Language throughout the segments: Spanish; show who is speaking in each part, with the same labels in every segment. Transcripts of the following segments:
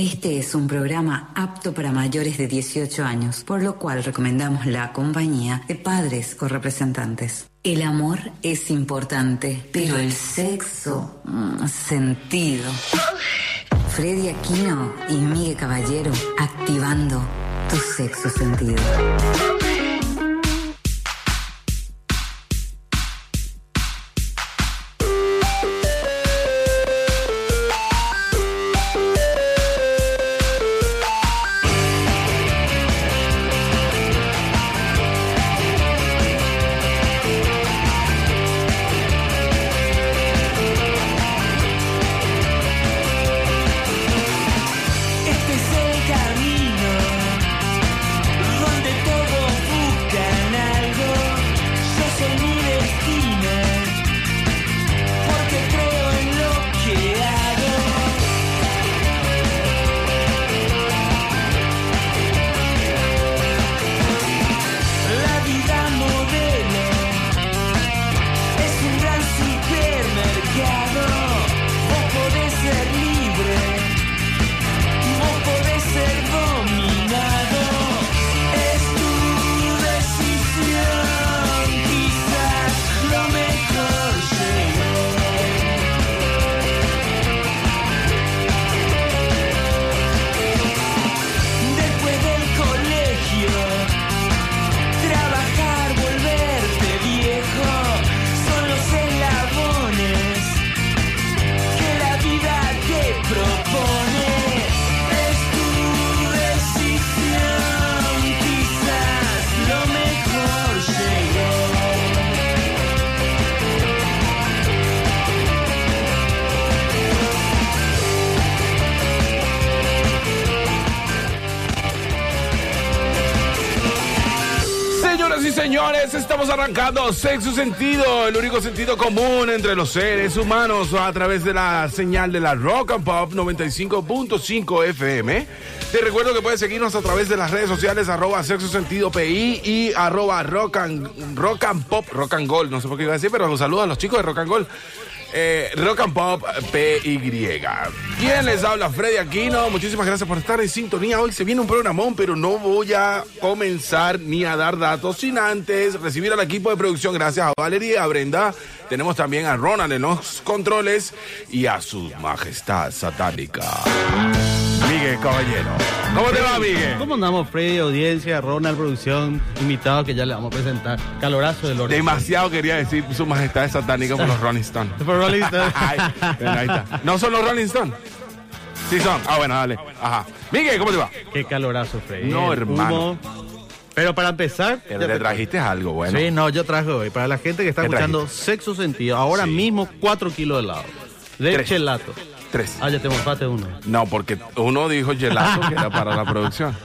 Speaker 1: Este es un programa apto para mayores de 18 años, por lo cual recomendamos la compañía de padres o representantes. El amor es importante, pero el sexo, mm, sentido. Freddy Aquino y Miguel Caballero activando tu sexo sentido.
Speaker 2: Este es el camino donde todos buscan algo. Yo soy mi destino porque creo en lo que hago. La vida modelo es un gran supermercado. Vos podés ser libre. Vos podés ser dominado, es tu decisión, quizás lo mejor llegó. Después del colegio, trabajar, volverte viejo, son los eslabones que la vida te propone es tu decisión, quizás lo mejor llegó.
Speaker 3: Señoras y señores, estamos arrancando Sexo Sentido, el único sentido común entre los seres humanos a través de la señal de la Rock and Pop 95.5 FM. Te recuerdo que puedes seguirnos a través de las redes sociales arroba Sexo Sentido PI y arroba Rock and, rock and Pop, Rock and Gold, no sé por qué iba a decir, pero los saludos a los chicos de Rock and Gold. Eh, rock and Pop eh, PY. ¿Quién les habla? Freddy Aquino. Muchísimas gracias por estar en sintonía. Hoy se viene un programón, pero no voy a comenzar ni a dar datos sin antes recibir al equipo de producción. Gracias a Valeria, a Brenda. Tenemos también a Ronald en los controles y a su majestad satánica. Miguel Caballero. ¿Cómo te va, Miguel?
Speaker 4: ¿Cómo andamos, Freddy? Audiencia, Ronald, producción, invitados que ya le vamos a presentar. Calorazo del orden.
Speaker 3: Demasiado quería decir su majestad satánica por los Rolling Stones.
Speaker 4: Por Rolling Stone.
Speaker 3: Ay, bueno, ahí está. No son los Rolling Stones. Sí son. Ah, bueno, dale. Ajá. Miguel, ¿cómo te va?
Speaker 4: Qué calorazo, Freddy.
Speaker 3: No,
Speaker 4: El
Speaker 3: hermano.
Speaker 4: humo. Pero para empezar.
Speaker 3: Pero
Speaker 4: ya-
Speaker 3: te trajiste algo bueno.
Speaker 4: Sí, no, yo traje hoy. Para la gente que está
Speaker 3: ¿Qué
Speaker 4: escuchando Sexo Sentido, ahora mismo 4 kilos de helado. De
Speaker 3: Tres.
Speaker 4: chelato.
Speaker 3: Tres.
Speaker 4: Ah, ya te mofaste uno.
Speaker 3: No, porque uno dijo gelato que era para la producción.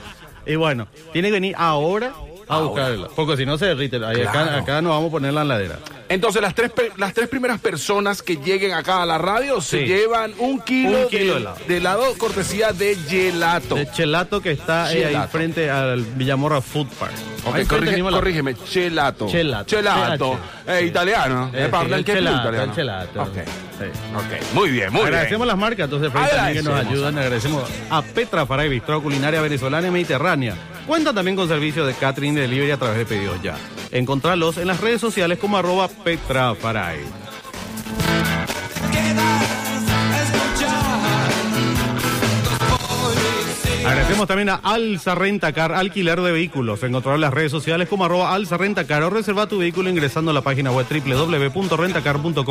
Speaker 4: Y bueno, tiene que venir ahora a
Speaker 3: Ahora.
Speaker 4: buscar el helado. Porque si no se derrite. Ahí
Speaker 3: Claro.
Speaker 4: acá, acá nos vamos a poner la heladera.
Speaker 3: Entonces, las tres, pe- las tres primeras personas que lleguen acá a la radio se
Speaker 4: Sí.
Speaker 3: llevan un kilo,
Speaker 4: Un kilo de helado.
Speaker 3: de, de helado cortesía de gelato.
Speaker 4: De chelato que está eh, ahí
Speaker 3: Chelato.
Speaker 4: frente al Villamorra Food Park.
Speaker 3: Ok,
Speaker 4: Ahí frente
Speaker 3: corrige-
Speaker 4: mismo a la-
Speaker 3: corrígeme, gelato.
Speaker 4: Chelato.
Speaker 3: Gelato.
Speaker 4: CH.
Speaker 3: Eh, italiano.
Speaker 4: Eh,
Speaker 3: Eh,
Speaker 4: sí,
Speaker 3: parla
Speaker 4: el
Speaker 3: en qué
Speaker 4: chelato,
Speaker 3: italiano.
Speaker 4: el chelato.
Speaker 3: Ok.
Speaker 4: Sí.
Speaker 3: Ok. Muy bien, muy bien.
Speaker 4: Agradecemos a las marcas, entonces, Freddy, también que nos
Speaker 3: Agradecemos.
Speaker 4: ayudan. Agradecemos a Petra Faray Bistró Culinaria Venezolana y Mediterránea. Cuentan también con servicios de catering y delivery a través de pedidos ya. Encontrarlos en las redes sociales como arroba Petra Faray. Agradecemos también a Alza Rentacar, alquiler de vehículos. Encontrarlo en las redes sociales como arroba Alza Rentacar o reserva tu vehículo ingresando a la página web www.rentacar.com.py.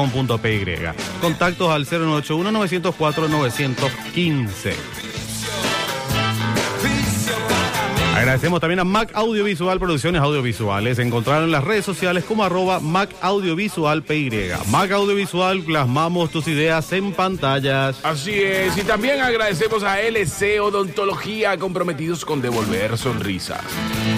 Speaker 4: Contactos al 081-904-915. Agradecemos también a Mac Audiovisual Producciones Audiovisuales. Encontraron en las redes sociales como arroba Mac Audiovisual PY. Mac Audiovisual, plasmamos tus ideas en pantallas.
Speaker 3: Así es, y también agradecemos a LC Odontología comprometidos con devolver sonrisas.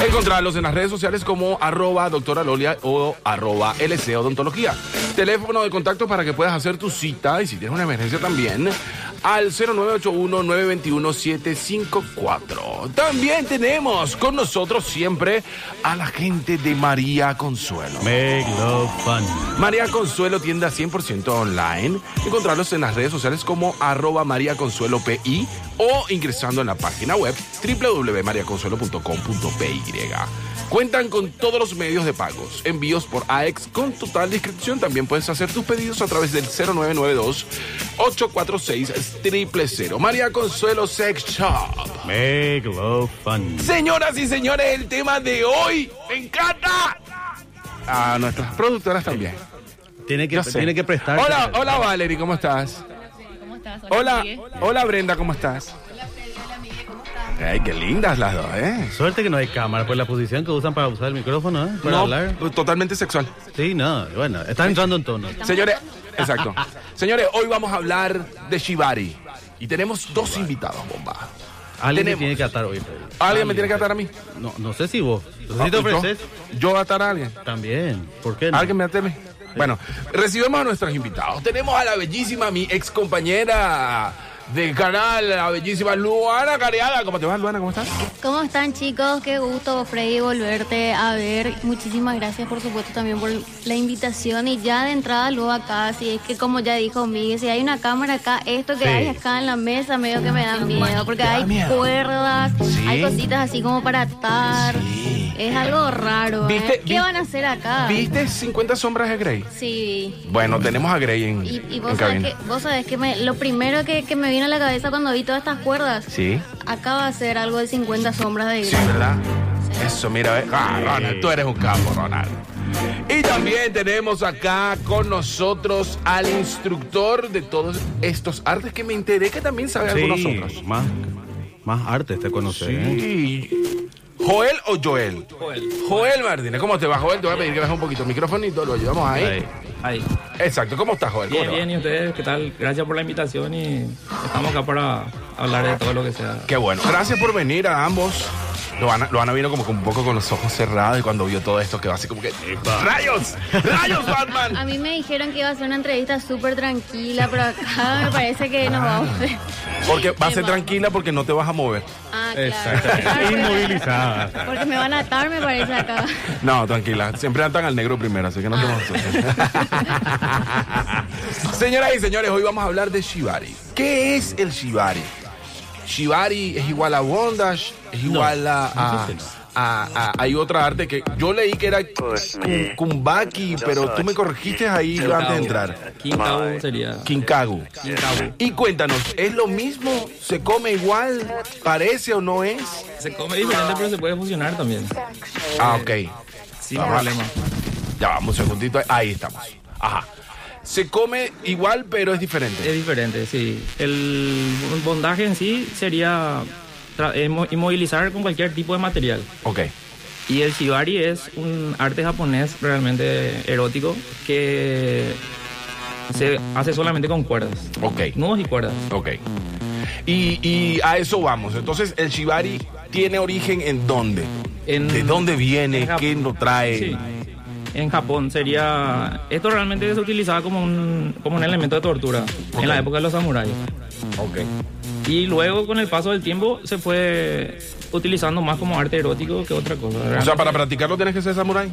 Speaker 3: Encontrarlos en las redes sociales como arroba doctora Lolia o arroba LC Odontología. Teléfono de contacto para que puedas hacer tu cita y si tienes una emergencia también al 0981-921-754. También tenemos con nosotros siempre a la gente de María Consuelo.
Speaker 4: Make love fun.
Speaker 3: María Consuelo tienda 100% online. Encontrarlos en las redes sociales como arroba María Consuelo PI o ingresando en la página web www.mariaconsuelo.com.py. Cuentan con todos los medios de pagos, envíos por AEX con total discreción. También puedes hacer tus pedidos a través del 0992-846-000. María Consuelo Sex Shop.
Speaker 4: Make love fun.
Speaker 3: Señoras y señores, el tema de hoy me encanta. A nuestras productoras también.
Speaker 4: Tiene que,
Speaker 3: Yo sé.
Speaker 4: tiene que prestar.
Speaker 3: Hola, hola Valerie, ¿cómo estás?
Speaker 5: ¿Cómo estás?
Speaker 3: Hola,
Speaker 5: Miguel.
Speaker 3: hola Brenda, ¿cómo estás? Ay, qué lindas las dos, ¿eh?
Speaker 4: Suerte que no hay cámara, pues la posición que usan para usar el micrófono, ¿eh? Para
Speaker 3: No,
Speaker 4: hablar.
Speaker 3: totalmente sexual.
Speaker 4: Sí, no, bueno, está entrando en tono.
Speaker 3: Señores, exacto. Señores, hoy vamos a hablar de Shibari. Y tenemos dos invitados, bomba.
Speaker 4: Alguien me
Speaker 3: Tenemos-
Speaker 4: tiene que atar hoy, Freddy.
Speaker 3: ¿Alguien me tiene que atar a mí?
Speaker 4: No, no sé si vos. No sé si te
Speaker 3: Ah, ¿y yo?
Speaker 4: ofreces.
Speaker 3: ¿Yo atar a alguien?
Speaker 4: También. ¿Por qué no?
Speaker 3: ¿Alguien me ateme? Bueno, recibimos a nuestros invitados. Tenemos a la bellísima, mi ex compañera del canal, la bellísima Luana Careaga. ¿Cómo te va, Luana? ¿Cómo estás?
Speaker 6: ¿Cómo están chicos? Qué gusto, Freddy, volverte a ver. Muchísimas gracias, por supuesto, también por la invitación. Y ya de entrada, luego acá, si es que como ya dijo Miguel, si hay una cámara acá, esto que
Speaker 4: Sí.
Speaker 6: hay acá en la mesa, medio que me da miedo, porque hay
Speaker 3: miedo.
Speaker 6: cuerdas, hay cositas así como para atar. Es algo raro. ¿eh?
Speaker 3: ¿Viste-
Speaker 6: ¿Qué
Speaker 3: vi-
Speaker 6: van a hacer acá?
Speaker 3: ¿Viste 50 sombras de Grey?
Speaker 6: Sí.
Speaker 3: Bueno, tenemos a Grey en,
Speaker 6: Y, y
Speaker 3: en
Speaker 6: vos, sabés
Speaker 3: cabina.
Speaker 6: que, vos sabés que me- lo primero que, que me vino a la cabeza cuando vi todas estas cuerdas,
Speaker 3: Sí.
Speaker 6: acá va a ser algo de 50 sombras de
Speaker 3: Sí,
Speaker 6: Grey.
Speaker 3: ¿verdad? Eso, mira, ve. Ah, Ronald, tú eres un capo, Ronald. Y también tenemos acá con nosotros al instructor de todos estos artes que me enteré que también sabe
Speaker 4: Sí,
Speaker 3: algunos otros.
Speaker 4: Más, más arte te conoce. ¿eh?
Speaker 3: Sí. ¿Joel o Joel? Joel. Martínez, ¿cómo te va, Joel? Te voy a pedir que bajes un poquito el micrófono y todo lo ayudamos ahí.
Speaker 4: Ahí.
Speaker 7: Ahí.
Speaker 3: Exacto, ¿cómo estás, Joel? ¿Cómo
Speaker 7: Bien,
Speaker 3: te va?
Speaker 7: bien, ¿y ustedes qué tal? Gracias por la invitación y estamos acá para hablar de todo lo que sea.
Speaker 3: Qué bueno. Gracias por venir a ambos. Loana, Loana vino como que un poco con los ojos cerrados y cuando vio todo esto quedó así como que... ¡Rayos! ¡Rayos, Batman!
Speaker 6: A mí me dijeron que iba a ser una entrevista súper tranquila, pero acá me parece que nos vamos.
Speaker 3: Porque va a ser
Speaker 6: Qué
Speaker 3: tranquila porque no te vas a mover.
Speaker 6: Ah, claro.
Speaker 4: Exactamente.
Speaker 6: Claro, porque-
Speaker 4: Inmovilizada.
Speaker 6: Porque me van a atar, me parece acá.
Speaker 3: No, tranquila. Siempre atan al negro primero, así que no te vamos
Speaker 6: Ah.
Speaker 3: a asustar. Señoras y señores, hoy vamos a hablar de Shibari. ¿Qué es el Shibari? Shibari es igual a bondage, es igual a... a- a- a- hay otra arte que yo leí que era kum- kumbaki, pero tú me corregiste ahí antes de entrar.
Speaker 7: Kinkabu sería.
Speaker 3: Kinkagu.
Speaker 7: Kinkabu.
Speaker 3: Y cuéntanos, ¿es lo mismo? ¿Se come igual? ¿Parece o no es?
Speaker 7: Se come diferente, pero se puede funcionar también.
Speaker 3: Ah, ok.
Speaker 7: Sin
Speaker 3: Ajá.
Speaker 7: problema.
Speaker 3: Ya vamos, un segundito. Ahí estamos. Ajá. Se come igual, pero es
Speaker 7: Es
Speaker 3: diferente.
Speaker 7: diferente, sí. El bondaje en sí sería tra- eh, mo- inmovilizar con cualquier tipo de material.
Speaker 3: Ok.
Speaker 7: Y el shibari es un arte japonés realmente erótico que se hace solamente con cuerdas.
Speaker 3: Ok.
Speaker 7: Nudos y cuerdas.
Speaker 3: Ok. Y, y a eso vamos. Entonces, el shibari tiene origen en dónde?
Speaker 7: En-
Speaker 3: ¿De dónde viene?
Speaker 7: en Japón.
Speaker 3: ¿Qué lo trae?
Speaker 7: Sí. En Japón sería. Esto realmente se utilizaba como un, como un elemento de tortura en la época de los samuráis.
Speaker 3: Ok.
Speaker 7: Y luego, con el paso del tiempo, se fue utilizando más como arte erótico que otra cosa.
Speaker 3: O
Speaker 7: realmente.
Speaker 3: sea, para practicarlo tienes que ser samurái.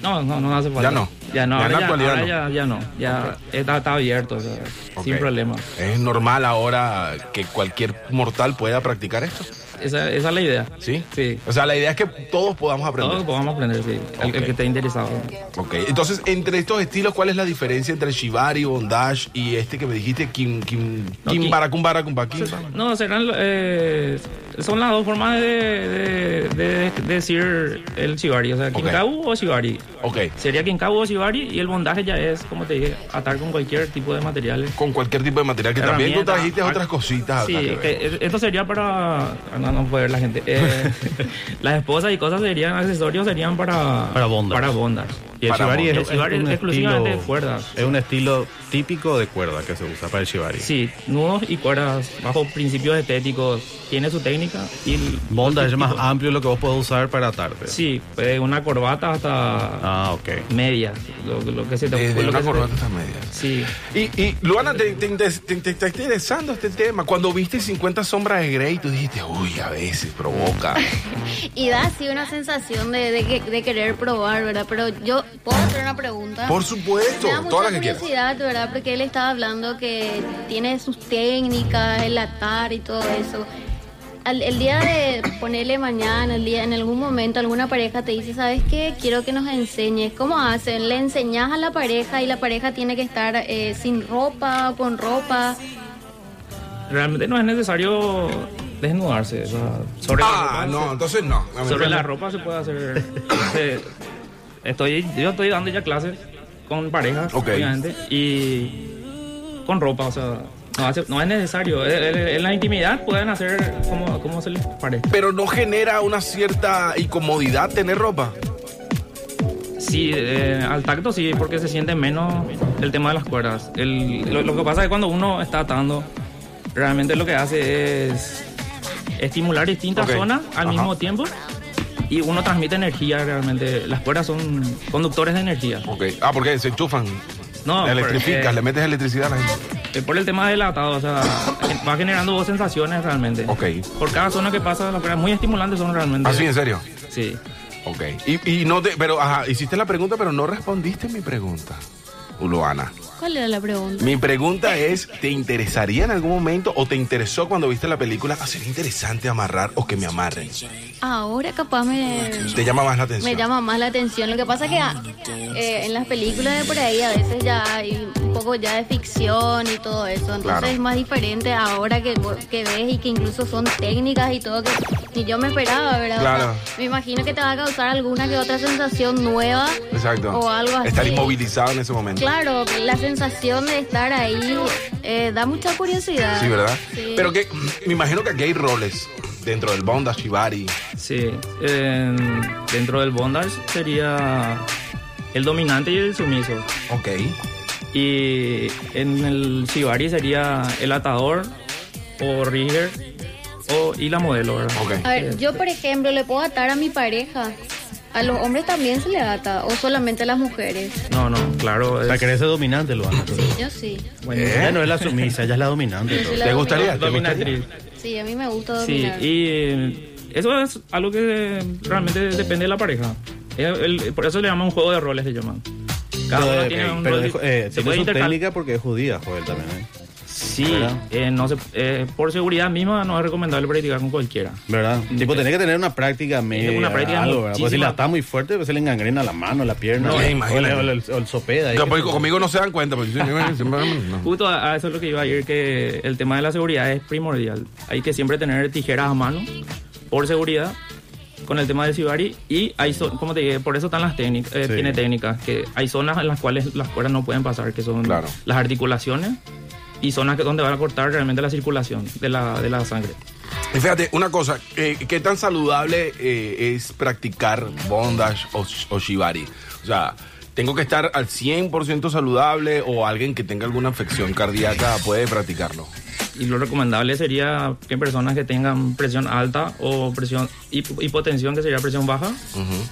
Speaker 7: No, no, no hace falta.
Speaker 3: Ya no.
Speaker 7: Ya no,
Speaker 3: Ya en
Speaker 7: ahora ya,
Speaker 3: la actualidad
Speaker 7: ahora
Speaker 3: no.
Speaker 7: ya, ya no. Ya está, está abierto, o sea,
Speaker 3: Ok.
Speaker 7: sin problema.
Speaker 3: Es normal ahora que cualquier mortal pueda practicar esto.
Speaker 7: Esa, esa es la idea.
Speaker 3: ¿Sí?
Speaker 7: Sí.
Speaker 3: O sea, la idea es que todos podamos aprender.
Speaker 7: Todos podamos aprender, sí. El, el
Speaker 3: Ok.
Speaker 7: que esté interesado.
Speaker 3: Ok, entonces, entre estos estilos, ¿cuál es la diferencia entre el Shibari, Bondage y este que me dijiste, Kim, Kim,
Speaker 7: No,
Speaker 3: Kim,
Speaker 7: Kim-
Speaker 3: Bara, Kum, Bara, Kum, Ba, Kim, Ba?
Speaker 7: No, serán, eh, son las dos formas de, de- de- de decir el shibari, o sea, kinkabu o shibari.
Speaker 3: Ok,
Speaker 7: Sería kinkabu o shibari y el bondaje ya es, como te dije, atar con cualquier tipo de materiales.
Speaker 3: con cualquier tipo de material, que también tú
Speaker 7: herramientas. ah,
Speaker 3: trajiste otras cositas.
Speaker 7: Sí,
Speaker 3: acá que ver.
Speaker 7: que e- esto sería para... ah, No, no puede ver la gente. Eh, las esposas y cosas serían accesorios, serían para...
Speaker 4: Para bondage.
Speaker 7: Para bondage.
Speaker 4: Y el
Speaker 3: para
Speaker 4: shibari es,
Speaker 3: vos.
Speaker 7: El shibari
Speaker 4: es un
Speaker 7: exclusivamente
Speaker 4: estilo,
Speaker 7: de cuerdas.
Speaker 4: Es un estilo típico de cuerda que se usa para el shibari.
Speaker 7: Sí, nudos y cuerdas bajo principios estéticos. Tiene su técnica y... el-
Speaker 4: Molda es
Speaker 7: los
Speaker 4: más
Speaker 7: tipos-
Speaker 4: amplio lo que vos podés usar para atarte.
Speaker 7: Sí, pues, de una corbata hasta
Speaker 4: Ah, ok.
Speaker 7: media. Lo, lo que se te
Speaker 3: Desde
Speaker 7: lo
Speaker 3: una
Speaker 7: que se te-
Speaker 3: corbata hasta media.
Speaker 7: Sí.
Speaker 3: Y, y Luana, te, te, inter- te- te está interesando este tema. Cuando viste 50 sombras de Grey, tú dijiste, uy, a veces provoca.
Speaker 6: Y da así una sensación de, de que- de querer probar, ¿verdad? Pero yo puedo hacer una pregunta.
Speaker 3: Por supuesto,
Speaker 6: Me da mucha
Speaker 3: todas las que quieras.
Speaker 6: curiosidad, ¿verdad? Porque él estaba hablando que tiene sus técnicas, el atar y todo eso. Al- el día de ponerle mañana, el día, en algún momento, alguna pareja te dice, ¿sabes qué? Quiero que nos enseñes. ¿Cómo hacen? Le enseñas a la pareja y la pareja tiene que estar eh, sin ropa o con ropa.
Speaker 7: Realmente no es necesario desnudarse. o sea, sobre la ropa,
Speaker 3: Ah, no, entonces no. A mí
Speaker 7: sobre
Speaker 3: no.
Speaker 7: la ropa se puede hacer... se- estoy, yo estoy dando ya clases con parejas,
Speaker 3: Ok.
Speaker 7: obviamente, y con ropa, o sea... No, hace- no es necesario. En- En en la intimidad pueden hacer como, como se les parezca.
Speaker 3: Pero no genera una cierta incomodidad tener ropa.
Speaker 7: Sí, eh, al tacto sí, porque se siente menos el tema de las cuerdas. El- lo, lo que pasa es que cuando uno está atando, realmente lo que hace es estimular distintas
Speaker 3: Ok.
Speaker 7: zonas al
Speaker 3: Ajá.
Speaker 7: mismo tiempo y uno transmite energía realmente. Las cuerdas son conductores de energía.
Speaker 3: Ok. Ah, porque se enchufan.
Speaker 7: No,
Speaker 3: La electrificas,
Speaker 7: porque-
Speaker 3: le metes electricidad a la gente.
Speaker 7: Eh, Por el tema del atado, o sea, va generando dos sensaciones realmente.
Speaker 3: Ok.
Speaker 7: Por cada zona que pasa, las cuerdas muy estimulantes son realmente.
Speaker 3: Así, Ah, en serio.
Speaker 7: Sí.
Speaker 3: Ok. Y, y no te. Pero, ajá, hiciste la pregunta, pero no respondiste mi pregunta, Luana.
Speaker 6: ¿Cuál era la pregunta?
Speaker 3: Mi pregunta es, ¿te interesaría en algún momento o te interesó cuando viste la película hacer interesante amarrar o que me amarren?
Speaker 6: Ahora capaz me...
Speaker 3: ¿Te llama más la atención?
Speaker 6: Me llama más la atención. Lo que pasa que ah, eh, en las películas de por ahí a veces ya hay un poco ya de ficción y todo eso. Entonces
Speaker 3: Claro.
Speaker 6: es más diferente ahora que, vo- que ves y que incluso son técnicas y todo que ni yo me esperaba, ¿verdad? O sea,
Speaker 3: Claro.
Speaker 6: me imagino que te va a causar alguna que otra sensación nueva.
Speaker 3: Exacto.
Speaker 6: O algo así.
Speaker 3: Estar inmovilizado en ese momento.
Speaker 6: Claro, la sensación de estar ahí eh, da mucha curiosidad.
Speaker 3: Sí, ¿verdad?
Speaker 6: Sí.
Speaker 3: Pero que me imagino que aquí hay roles dentro del Bonda, Shibari.
Speaker 7: Sí, eh, dentro del bondage sería el dominante y el sumiso.
Speaker 3: Ok.
Speaker 7: Y en el shibari sería el atador o rigger o, y la modelo, ¿verdad?
Speaker 3: Ok.
Speaker 6: A ver, yo por ejemplo le puedo atar a mi pareja. A los hombres también se le ata, o solamente a las mujeres.
Speaker 7: No, no, claro.
Speaker 4: O sea, ¿Eh?
Speaker 7: es-
Speaker 4: querés ser dominante, Luana.
Speaker 6: Sí, yo sí.
Speaker 7: bueno,
Speaker 4: Ella no es la sumisa, ella es la dominante.
Speaker 6: Yo soy la
Speaker 3: ¿Te gustaría? ¿Te gustaría?
Speaker 7: Dominatriz.
Speaker 6: Sí, a mí me gusta
Speaker 7: Sí,
Speaker 6: dominar.
Speaker 7: y eh, eso es algo que realmente depende de la pareja. Eh, El- el- por eso le llaman un juego de roles, le llaman. Cada uno
Speaker 4: Pero,
Speaker 7: tiene un
Speaker 4: pero
Speaker 7: rol.
Speaker 4: es- eh,
Speaker 7: se
Speaker 4: tiene
Speaker 7: puede
Speaker 4: su
Speaker 7: intercal-
Speaker 4: técnica porque es judía, Joel, también. ¿eh?
Speaker 7: Sí,
Speaker 4: ¿Verdad?
Speaker 7: eh, no se, eh, por seguridad misma no es recomendable practicar con cualquiera.
Speaker 4: ¿Verdad? Tipo, tenés que tener una práctica media,
Speaker 7: una práctica
Speaker 4: algo, ¿verdad? Porque si
Speaker 7: muchísima. eh,
Speaker 4: la está muy fuerte, pues se le engangrena la mano, la pierna.
Speaker 3: No,
Speaker 4: o, el,
Speaker 3: imagínate.
Speaker 4: o el- o el sopeda. ahí
Speaker 3: No,
Speaker 4: que-
Speaker 3: pues, conmigo no se dan cuenta. Porque... No.
Speaker 7: Justo a, a eso es lo que iba a ir, que el tema de la seguridad es primordial. Hay que siempre tener tijeras a mano, por seguridad, con el tema del Sibari. Y hay, zo- como te dije, por eso están las técnicas, eh,
Speaker 4: Sí.
Speaker 7: tiene técnicas, que hay zonas en las cuales las cuerdas no pueden pasar, que son
Speaker 3: Claro.
Speaker 7: las articulaciones y zonas que, donde van a cortar realmente la circulación de la, de la sangre.
Speaker 3: Y fíjate, una cosa, eh, ¿qué tan saludable eh, es practicar bondage o, o shibari? O sea, ¿tengo que estar al 100% saludable o alguien que tenga alguna afección cardíaca puede practicarlo?
Speaker 7: Y lo recomendable sería que personas que tengan presión alta o presión hip- hipotensión, que sería presión baja,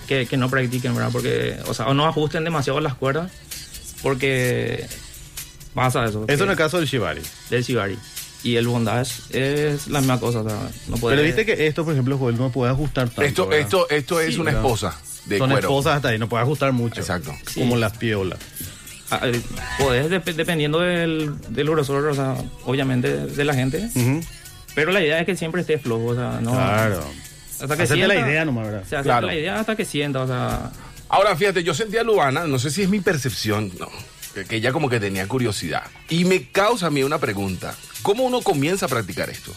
Speaker 7: que, que no practiquen, ¿verdad? Porque, o sea, o no ajusten demasiado las cuerdas, porque pasa eso.
Speaker 4: Eso en
Speaker 7: que-
Speaker 4: el caso del shibari.
Speaker 7: Del shibari. Y el bondage es la misma cosa, o sea, no puede...
Speaker 4: Pero viste que esto, por ejemplo, Joel, no puede ajustar tanto.
Speaker 3: esto,
Speaker 4: ¿verdad?
Speaker 3: esto, esto es una
Speaker 4: ¿verdad?
Speaker 3: esposa de
Speaker 4: Son
Speaker 3: cuero.
Speaker 4: esposas hasta ahí, no puede ajustar mucho.
Speaker 3: Exacto.
Speaker 4: Como las piolas.
Speaker 7: Ah, eh, podés, dep- dependiendo del, del grosor, o sea, obviamente de la gente, pero la idea es que siempre esté flojo, o sea, no...
Speaker 4: Mm. Claro.
Speaker 7: Hasta que
Speaker 4: Hacete la
Speaker 7: sienta-
Speaker 4: idea nomás, ¿verdad?
Speaker 7: O sea, hacerte
Speaker 3: Claro.
Speaker 7: la idea hasta que sienta, o sea...
Speaker 3: Ahora, fíjate, yo sentí a Luana, no sé si es mi percepción, no, que- que ella como que tenía curiosidad. Y me causa a mí una pregunta. ¿Cómo uno comienza a practicar esto?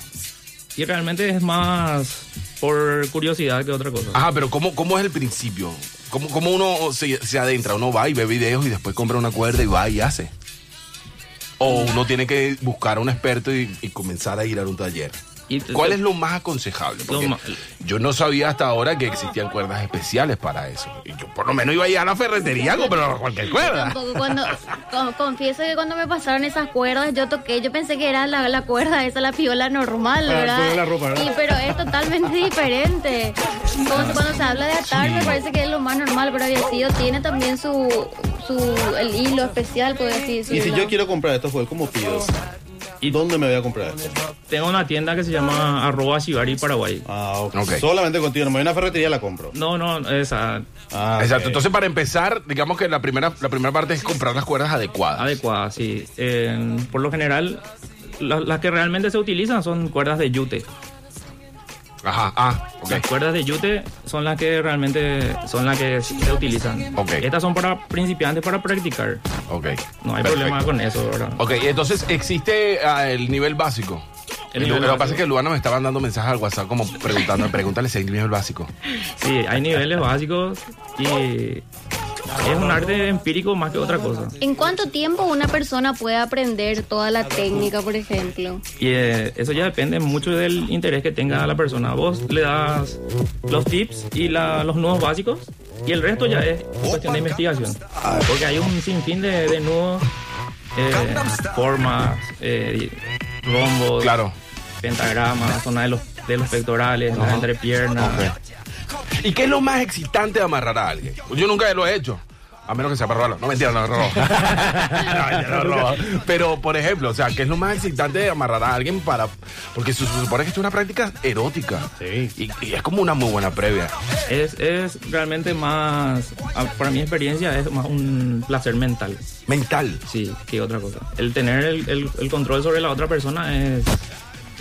Speaker 7: Y realmente es más por curiosidad que otra cosa.
Speaker 3: Ajá, pero ¿cómo, cómo es el principio? ¿Cómo, cómo uno se, se adentra? ¿Uno va y ve videos y después compra una cuerda y va y hace? ¿O uno tiene que buscar a un experto y, y comenzar a ir a un taller?
Speaker 7: Y te-
Speaker 3: ¿Cuál es lo más aconsejable? Porque
Speaker 7: ma-
Speaker 3: yo no sabía hasta ahora que existían cuerdas especiales para eso. Y yo por lo menos iba a ir a la ferretería a comprar cualquier cuerda.
Speaker 6: Tampoco cuando con- confieso que cuando me pasaron esas cuerdas yo toqué, yo pensé que era la, la cuerda esa, la piola normal,
Speaker 4: Ah,
Speaker 6: ¿verdad?
Speaker 4: sobre la ropa, ¿verdad?
Speaker 6: Y pero es totalmente diferente. Entonces cuando se habla de atar me parece que es lo más normal, pero Avecido tiene también su, su el hilo especial, puedo decir. su
Speaker 5: Y si
Speaker 6: hilo.
Speaker 5: yo quiero comprar estos juegos, ¿cómo pido?
Speaker 7: Ah.
Speaker 5: ¿Y
Speaker 7: Y-
Speaker 5: dónde me voy a comprar esto?
Speaker 7: Tengo una tienda que se llama arroba Shibari Paraguay.
Speaker 5: Ah, ok.
Speaker 3: Ok.
Speaker 5: Solamente contigo, no me voy a una ferretería y la compro.
Speaker 7: No, no, esa
Speaker 5: Ah,
Speaker 3: Exacto,
Speaker 5: ok.
Speaker 3: entonces para empezar, digamos que la primera, la primera parte es comprar las cuerdas adecuadas.
Speaker 7: adecuada, sí. Eh, por lo general, la- las que realmente se utilizan son cuerdas de yute.
Speaker 3: Ajá, ah, ok.
Speaker 7: Las cuerdas de yute son las que realmente son las que se utilizan.
Speaker 3: Ok.
Speaker 7: Estas son para principiantes para practicar.
Speaker 3: ok.
Speaker 7: No hay
Speaker 3: Perfecto.
Speaker 7: problema con eso, ¿verdad?
Speaker 3: Ok, entonces existe ah, el nivel básico.
Speaker 7: El nivel
Speaker 3: Lu- lo que
Speaker 7: básico.
Speaker 3: pasa es que Luana me estaba mandando mensajes al WhatsApp como preguntando, pregúntale si hay nivel básico.
Speaker 7: Sí, hay niveles básicos y es un arte empírico más que otra cosa.
Speaker 6: ¿En cuánto tiempo una persona puede aprender toda la técnica, por ejemplo?
Speaker 7: Y eh, eso ya depende mucho del interés que tenga la persona. Vos le das los tips y la- los nudos básicos y el resto ya es cuestión de investigación. Porque hay un sinfín de, de nudos, eh, formas, eh, rombos,
Speaker 3: Claro.
Speaker 7: pentagramas, zona de los, de los pectorales, las entrepiernas.
Speaker 3: ¿Y qué es lo más excitante de amarrar a alguien? Yo nunca lo he hecho. A menos que sea para robarlo. No, mentira, no robo. no, yo no robo. Pero, por ejemplo, o sea, ¿qué es lo más excitante de amarrar a alguien para...? Porque se se supone que esto es una práctica erótica.
Speaker 4: Sí.
Speaker 3: Y, y es como una muy buena previa.
Speaker 7: Es, es realmente más, a- para mi experiencia, es más un placer mental.
Speaker 3: Mental.
Speaker 7: Sí, que otra cosa. El tener el, el- el control sobre la otra persona es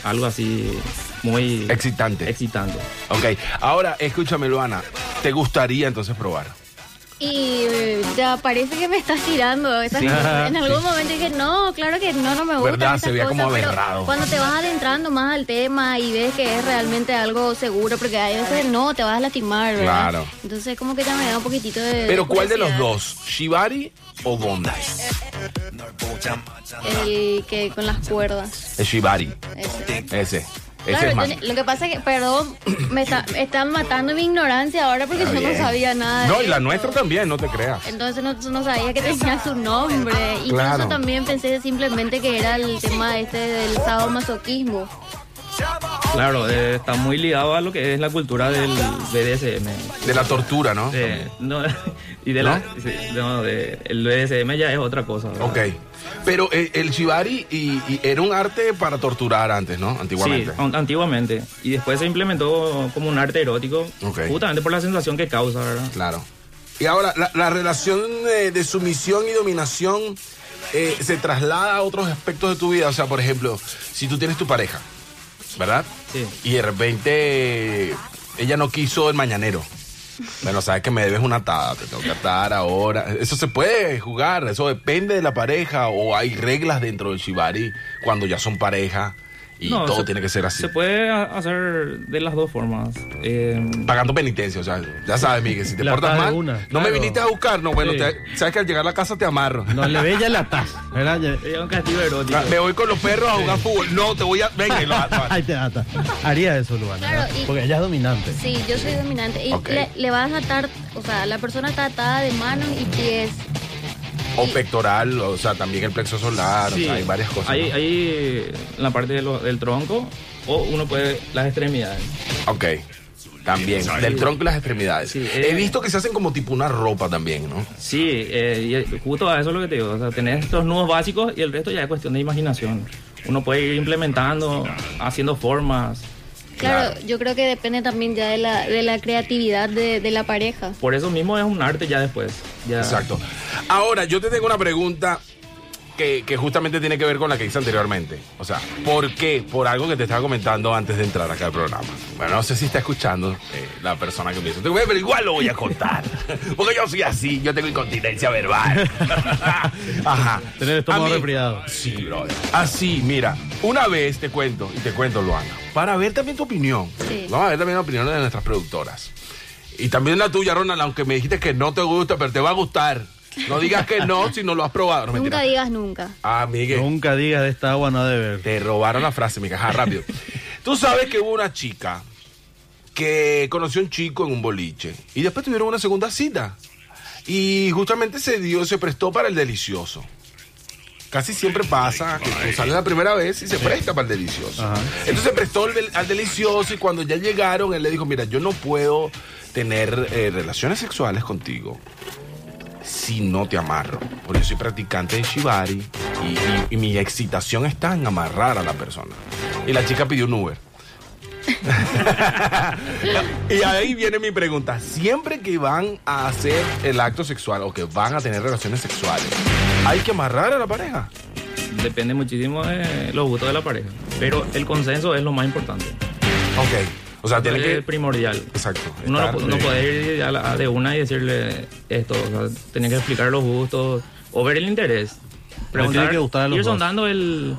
Speaker 7: algo así muy
Speaker 3: Excitante.
Speaker 7: excitante.
Speaker 3: Ok. Ahora, escúchame, Luana. ¿Te gustaría entonces probar?
Speaker 6: Y eh, ya parece que me estás tirando. esas
Speaker 7: Sí.
Speaker 6: cosas. En algún momento dije, no, claro que no, no me gusta.
Speaker 3: ¿Verdad? Se veía como aberrado.
Speaker 6: pero cuando te vas adentrando más al tema y ves que es realmente algo seguro, porque a veces no, te vas a lastimar, ¿verdad?
Speaker 3: Claro.
Speaker 6: Entonces como que ya me da un poquitito de...
Speaker 3: Pero, ¿cuál de los
Speaker 6: curiosidad.
Speaker 3: dos? ¿Shibari o Bondage?
Speaker 6: El que con las cuerdas.
Speaker 3: El Shibari.
Speaker 6: ese.
Speaker 3: Ese. Ese
Speaker 6: Claro,
Speaker 3: es más.
Speaker 6: yo ne- lo que pasa es que, perdón, me, está- me están matando mi ignorancia ahora porque yo no
Speaker 3: Bien.
Speaker 6: sabía nada. de
Speaker 3: No, y la
Speaker 6: esto.
Speaker 3: nuestra también, no te creas.
Speaker 6: Entonces no, no sabía que tenía su nombre. Incluso
Speaker 3: Claro.
Speaker 6: también pensé simplemente que era el tema este del sadomasoquismo.
Speaker 7: Claro, eh, está muy ligado a lo que es la cultura del BDSM.
Speaker 3: De la tortura, ¿no?
Speaker 7: De- Eh, no, y de la, sí, no, de- el BDSM ya es otra cosa. ¿verdad?
Speaker 3: Ok. Pero eh, el shibari y, y era un arte para torturar antes, ¿no?
Speaker 7: Sí,
Speaker 3: Antiguamente.
Speaker 7: an- antiguamente. Y después se implementó como un arte erótico,
Speaker 3: Ok.
Speaker 7: justamente por la sensación que causa, ¿verdad?
Speaker 3: Claro. Y ahora, la, la relación eh, de sumisión y dominación eh, se traslada a otros aspectos de tu vida. O sea, por ejemplo, si tú tienes tu pareja, ¿verdad?
Speaker 7: Sí.
Speaker 3: Y de repente eh, ella no quiso el mañanero. Bueno, sabes que me debes una atada, te tengo que atar ahora. Eso se puede jugar, eso depende de la pareja o hay reglas dentro del shibari cuando ya son pareja y
Speaker 7: No,
Speaker 3: todo
Speaker 7: se-
Speaker 3: tiene que ser así.
Speaker 7: Se puede ha- hacer de las dos formas. Eh,
Speaker 3: pagando penitencia, o sea, ya sabes, Miguel, si te
Speaker 8: La
Speaker 3: portas
Speaker 8: paga de
Speaker 3: mal,
Speaker 8: una,
Speaker 3: no me
Speaker 8: claro.
Speaker 3: viniste a buscar, no, bueno,
Speaker 8: Sí.
Speaker 3: te- sabes que al llegar a la casa te amarro. Ah,
Speaker 8: No le ve ya la taza, ¿verdad? Ya-
Speaker 7: es un castigo erótico.
Speaker 3: Me voy con los perros a jugar fútbol. No, te voy a. Venga, y lo
Speaker 8: Ahí te ata. Haría eso, Luana.
Speaker 6: Claro,
Speaker 8: ¿verdad?
Speaker 6: y-
Speaker 8: Porque ella es dominante.
Speaker 6: Sí, yo soy dominante. Y
Speaker 3: Ok.
Speaker 6: le, le vas a atar, o sea, la persona está atada de manos y pies.
Speaker 3: O pectoral, o sea, también el plexo solar, o
Speaker 7: Sí.
Speaker 3: sea, hay varias cosas.
Speaker 7: Hay,
Speaker 3: ¿no?
Speaker 7: hay la parte de lo- del tronco o uno puede las extremidades.
Speaker 3: Ok. También, del tronco y las extremidades.
Speaker 7: Sí, eh.
Speaker 3: He visto que se hacen como tipo una ropa también, ¿no?
Speaker 7: Sí, eh, y justo a eso es lo que te digo. O sea, tenés estos nudos básicos y el resto ya es cuestión de imaginación. Uno puede ir implementando, haciendo formas.
Speaker 6: Claro,
Speaker 3: Claro.
Speaker 6: yo creo que depende también ya de la, de la creatividad de, de la pareja.
Speaker 7: Por eso mismo es un arte ya después. Ya.
Speaker 3: Exacto. Ahora, yo te tengo una pregunta que, que justamente tiene que ver con la que hice anteriormente. O sea, ¿por qué? Por algo que te estaba comentando antes de entrar acá al programa. Bueno, no sé si está escuchando eh, la persona que me dice, pero igual lo voy a contar. Porque yo soy así, yo tengo incontinencia verbal. Ajá.
Speaker 4: Tener el estómago
Speaker 3: A mí-
Speaker 4: resfriado.
Speaker 3: Sí, brother. Así, mira, una vez te cuento, y te cuento, Luana, para ver también tu opinión.
Speaker 6: Sí.
Speaker 3: Vamos a ver también la opinión de nuestras productoras. Y también la tuya, Ronald, aunque me dijiste que no te gusta, pero te va a gustar. No digas que no si no lo has probado. No,
Speaker 6: nunca
Speaker 3: mentira.
Speaker 6: digas nunca.
Speaker 3: Ah, Miguel,
Speaker 4: Nunca digas de esta agua no ha de ver.
Speaker 3: te robaron la frase, mi caja, rápido. Tú sabes que hubo una chica que conoció a un chico en un boliche y después tuvieron una segunda cita. Y justamente se dio, se prestó para el delicioso. Casi siempre pasa que tú sales la primera vez y se presta para el delicioso. Entonces prestó el del- al delicioso y cuando ya llegaron, él le dijo, mira, yo no puedo tener eh, relaciones sexuales contigo si no te amarro. Porque yo soy practicante de Shibari y, y- y mi excitación está en amarrar a la persona. Y la chica pidió un Uber. y ahí viene mi pregunta. Siempre que van a hacer el acto sexual o que van a tener relaciones sexuales, ¿hay que amarrar a la pareja?
Speaker 7: Depende muchísimo de los gustos de la pareja. Pero el consenso es lo más importante.
Speaker 3: Ok. O sea, tiene
Speaker 7: es
Speaker 3: que...
Speaker 7: primordial.
Speaker 3: Exacto.
Speaker 7: Uno no,
Speaker 3: Estar,
Speaker 7: pu- no
Speaker 3: eh,
Speaker 7: puede ir a la- a de una y decirle esto. O sea, tenía que explicar los gustos o ver el interés. Preguntar,
Speaker 8: que gustar a los
Speaker 7: ir
Speaker 8: dos.
Speaker 7: sondando el,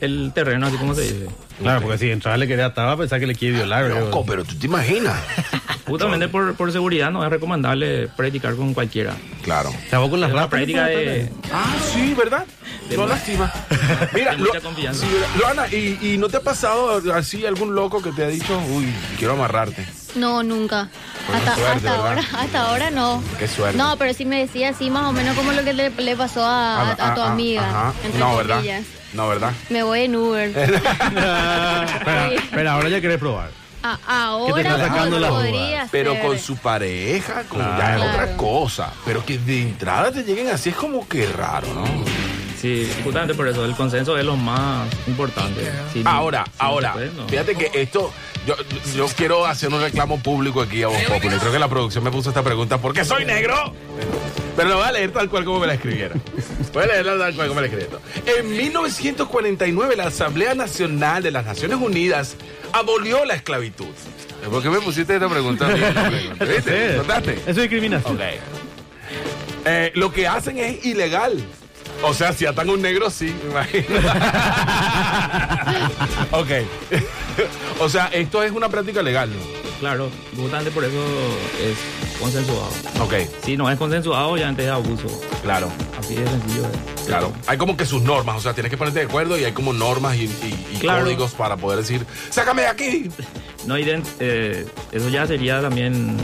Speaker 7: el terreno, así como se dice.
Speaker 8: Claro, porque si entraba le quería atar, va a pensar que le quiere violar. ¿verdad?
Speaker 3: Loco, pero tú te imaginas.
Speaker 7: Justamente por, por seguridad no es recomendable practicar con cualquiera.
Speaker 3: claro.
Speaker 8: O sea, vos con las
Speaker 7: Es una
Speaker 8: ratas,
Speaker 7: práctica
Speaker 8: ¿no?
Speaker 7: de...
Speaker 3: Ah, sí, ¿verdad?
Speaker 7: De
Speaker 3: no
Speaker 7: mu-
Speaker 3: lástima. Mira,
Speaker 7: de mucha
Speaker 3: Lo-
Speaker 7: confianza.
Speaker 3: sí, ¿verdad? Loana, ¿y, ¿y no te ha pasado así algún loco que te ha dicho, uy, quiero amarrarte?
Speaker 6: No, nunca.
Speaker 3: Bueno,
Speaker 6: hasta
Speaker 3: suerte,
Speaker 6: hasta
Speaker 3: ¿verdad?
Speaker 6: ahora, hasta ahora no.
Speaker 3: Qué suerte.
Speaker 6: No, pero sí me decía así más o menos como lo que le, le pasó a, a- a tu
Speaker 3: ah,
Speaker 6: amiga.
Speaker 3: ajá.
Speaker 6: entre
Speaker 3: No, ¿verdad?
Speaker 6: comillas.
Speaker 3: No, ¿verdad?
Speaker 6: Me voy en Uber.
Speaker 8: Espera,
Speaker 6: Sí.
Speaker 8: espera, ahora ya querés probar.
Speaker 6: A-
Speaker 8: Que te
Speaker 6: ahora
Speaker 8: está sacando
Speaker 6: pod-
Speaker 8: la duda.
Speaker 6: podría
Speaker 3: Pero
Speaker 6: ser.
Speaker 3: con su pareja, con ya
Speaker 8: Claro.
Speaker 3: es otra
Speaker 6: Claro.
Speaker 3: cosa. Pero que de entrada te lleguen así es como que raro, ¿no?
Speaker 7: Sí, justamente por eso el consenso es lo más importante. Si-
Speaker 3: Ahora,
Speaker 7: si no se
Speaker 3: ahora,
Speaker 7: puede, no.
Speaker 3: fíjate que esto, yo, yo quiero hacer un reclamo público aquí a Voz Populi. Creo que la producción me puso esta pregunta porque soy negro. Pero la voy a leer tal cual como me la escribieron. Voy a leerla tal cual como me la escribieron. En 1949 la Asamblea Nacional de las Naciones Unidas abolió la esclavitud. ¿Por qué me pusiste esta pregunta? a mí? ¿Viste? ¿Notaste?
Speaker 8: Eso es discriminación.
Speaker 3: Ok. Eh, lo que hacen es ilegal. O sea, si atan a un negro, sí, me imagino. ok. o sea, esto es una práctica legal.
Speaker 7: Claro, justamente por eso es consensuado.
Speaker 3: Ok,
Speaker 7: Si no es consensuado, ya antes es abuso.
Speaker 3: claro,
Speaker 7: Así de sencillo es.
Speaker 3: claro. Hay como que sus normas, o sea, tienes que ponerte de acuerdo y hay como normas y, y- y
Speaker 7: Claro.
Speaker 3: códigos para poder decir, sácame de aquí.
Speaker 7: No ident- eh, eso ya sería también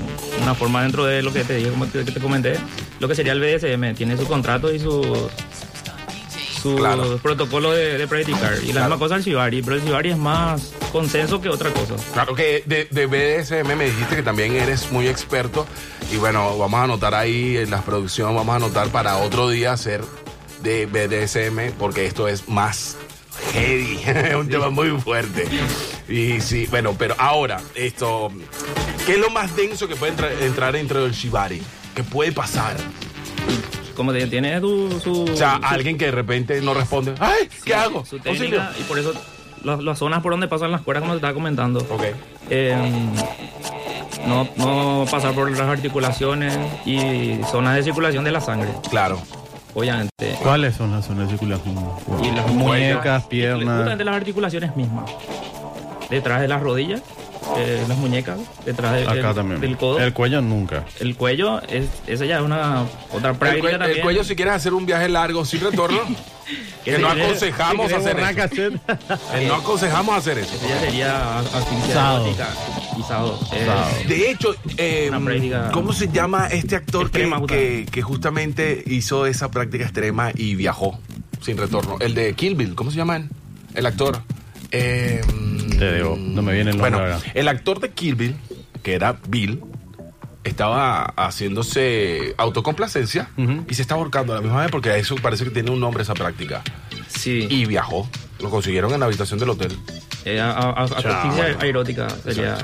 Speaker 7: una forma dentro de lo que te dije, como te, que te comenté, lo que sería el BDSM, tiene sus contratos y sus su
Speaker 3: Claro.
Speaker 7: protocolos de, de practicar. Y la
Speaker 3: Claro.
Speaker 7: misma cosa el Shibari, pero el Shibari es más consenso que otra cosa.
Speaker 3: Claro que de, de BDSM me dijiste que también eres muy experto. Y bueno, vamos a anotar ahí en la producción, vamos a anotar para otro día hacer de BDSM, porque esto es más heavy, es un tema muy fuerte. Y sí, bueno, pero ahora, esto, ¿qué es lo más denso que puede entra- entrar dentro del Shibari? ¿Qué puede pasar?
Speaker 7: Como te tiene tu, su...
Speaker 3: O sea, ah, alguien que de repente no responde, ¡ay! ¿Qué hago?
Speaker 7: Su
Speaker 3: Auxilio".
Speaker 7: técnica, y por eso las, las zonas por donde pasan las cuerdas, como te estaba comentando.
Speaker 3: Ok.
Speaker 7: Eh, no, no pasar por las articulaciones y zonas de circulación de la sangre,
Speaker 3: Claro.
Speaker 7: obviamente.
Speaker 8: ¿Cuáles son las zonas de circulación?
Speaker 7: Y las
Speaker 8: muñecas,
Speaker 7: y
Speaker 8: piernas.
Speaker 7: Justamente las articulaciones mismas. Detrás de las rodillas, eh, las muñecas, detrás de-
Speaker 8: Acá
Speaker 7: del,
Speaker 8: también.
Speaker 7: del codo.
Speaker 8: El
Speaker 7: El,
Speaker 8: cuello nunca.
Speaker 7: cuello, es, esa ya es una otra
Speaker 3: El,
Speaker 7: práctica
Speaker 3: cue- el
Speaker 7: también.
Speaker 3: cuello, si quieres hacer un viaje largo sin retorno, que
Speaker 7: Ese
Speaker 3: no
Speaker 7: ya-
Speaker 3: aconsejamos hacer eso. Eh, No aconsejamos hacer eso.
Speaker 7: ese ya sería asfixia
Speaker 8: Sábado.
Speaker 7: erótica y sábado. Eh,
Speaker 8: Sábado.
Speaker 3: De hecho, eh,
Speaker 7: Una práctica
Speaker 3: ¿cómo se llama este actor que,
Speaker 7: extrema,
Speaker 3: que, que justamente hizo esa práctica extrema y viajó sin retorno? El de Kill Bill, ¿cómo se llama él? El actor. Eh,
Speaker 8: Te digo, no me viene el nombre
Speaker 3: Bueno,
Speaker 8: ahora.
Speaker 3: el actor de Kill Bill, que era Bill, estaba haciéndose autocomplacencia y se está ahorcando a la misma vez porque a eso parece que tiene un nombre esa práctica.
Speaker 7: Sí.
Speaker 3: Y viajó. Lo consiguieron en la habitación del hotel.
Speaker 7: Eh, a- a- a- asfixia erótica sería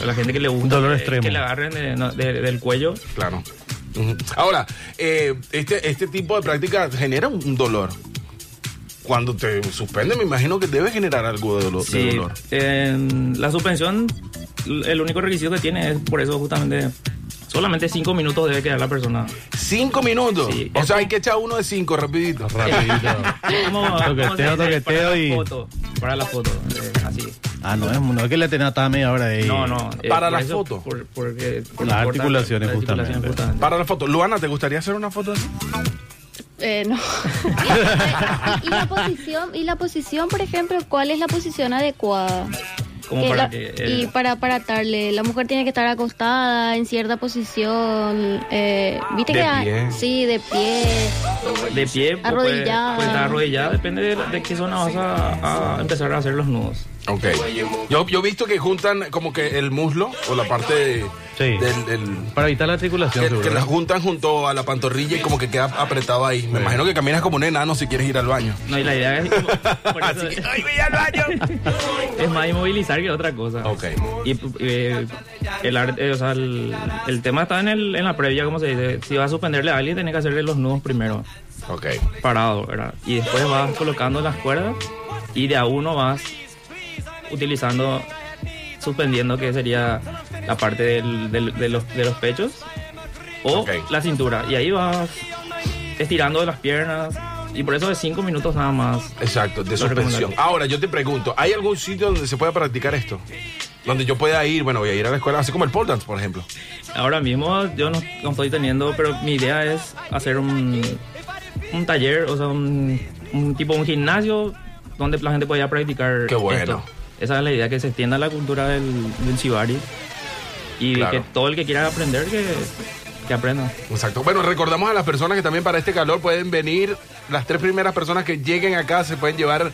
Speaker 7: la, la gente que le gusta
Speaker 8: Dolor
Speaker 7: que-
Speaker 8: extremo.
Speaker 7: que le agarren de- no, de- del cuello
Speaker 3: Claro. Ujú. Ahora, eh, este, este tipo de práctica genera un un dolor. Cuando te suspende, me imagino que debe generar algo de, dolo- de
Speaker 7: sí
Speaker 3: dolor.
Speaker 7: en la suspensión l- el único requisito que tiene es por eso justamente solamente cinco minutos debe quedar la persona
Speaker 3: Cinco minutos.
Speaker 7: Sí,
Speaker 3: o
Speaker 7: es
Speaker 3: sea,
Speaker 7: como-
Speaker 3: hay que echar uno de cinco, rapidito.
Speaker 7: Es como- como
Speaker 8: Toqueteo,
Speaker 7: se dice,
Speaker 8: toqueteo
Speaker 7: para
Speaker 8: y-
Speaker 7: la foto, para la foto eh, así
Speaker 8: Ah, no, es, no es que le tenga atada media hora ahí.
Speaker 7: no no eh,
Speaker 3: Para
Speaker 7: por
Speaker 3: la
Speaker 7: eso-
Speaker 3: foto.
Speaker 7: por- porque- porque
Speaker 8: Las
Speaker 7: importa-
Speaker 8: articulaciones,
Speaker 7: las articulaciones
Speaker 8: justamente.
Speaker 7: justamente.
Speaker 3: Para la foto. Luana, ¿te gustaría hacer una foto así?
Speaker 6: Eh, no. ¿Y la posición, y la posición, por ejemplo, cuál es la posición adecuada?
Speaker 7: Como
Speaker 6: Que
Speaker 7: para
Speaker 6: la-
Speaker 7: que,
Speaker 6: y
Speaker 7: eh,
Speaker 6: para, para atarle, la mujer tiene que estar acostada en cierta posición. eh, ¿Viste
Speaker 3: De
Speaker 6: que hay-
Speaker 3: pie.
Speaker 6: Sí, de pie.
Speaker 7: de pie, pues,
Speaker 6: Arrodillada.
Speaker 7: Pues, está arrodillada, depende de, de qué zona vas a, a empezar a hacer los nudos.
Speaker 3: Ok. Yo, yo he visto que juntan como que el muslo o la parte de-
Speaker 4: Sí.
Speaker 3: del... del-
Speaker 4: Para evitar la
Speaker 3: que,
Speaker 4: articulación,
Speaker 3: que
Speaker 4: seguro.
Speaker 3: la juntan junto a la pantorrilla y como que queda apretado ahí. Me imagino que caminas como un enano si quieres ir al baño.
Speaker 7: No, y la idea es. como- por eso-
Speaker 3: Así que, ¡ay, voy al baño!
Speaker 7: es más inmovilizar que otra cosa.
Speaker 3: Ok.
Speaker 7: Y eh, el, ar- eh, o sea, el, el tema está en, el, en la previa, como se dice. Si vas a suspenderle a alguien, tenés que hacerle los nudos primero,
Speaker 3: Ok.
Speaker 7: parado, ¿verdad? Y después vas colocando las cuerdas y de a uno vas utilizando, suspendiendo, que sería la parte del- del- de, los, de los pechos o
Speaker 3: Ok.
Speaker 7: la cintura. Y ahí vas estirando las piernas. Y por eso de cinco minutos nada más.
Speaker 3: Exacto, de
Speaker 7: Lo
Speaker 3: suspensión.
Speaker 7: recomendable.
Speaker 3: Ahora, yo te pregunto, ¿hay algún sitio donde se pueda practicar esto? Donde yo pueda ir, bueno, voy a ir a la escuela, así como el pole dance, por ejemplo.
Speaker 7: Ahora mismo yo no, no estoy teniendo, pero mi idea es hacer un, un taller, o sea, un, un tipo un gimnasio donde la gente pueda practicar.
Speaker 3: Qué bueno.
Speaker 7: esto. Esa es la idea, que se extienda la cultura del, del shibari y
Speaker 3: Claro.
Speaker 7: que todo el que quiera aprender, que, que aprenda.
Speaker 3: Exacto. Bueno, recordamos a las personas que también para este calor pueden venir. Las tres primeras personas que lleguen acá se pueden llevar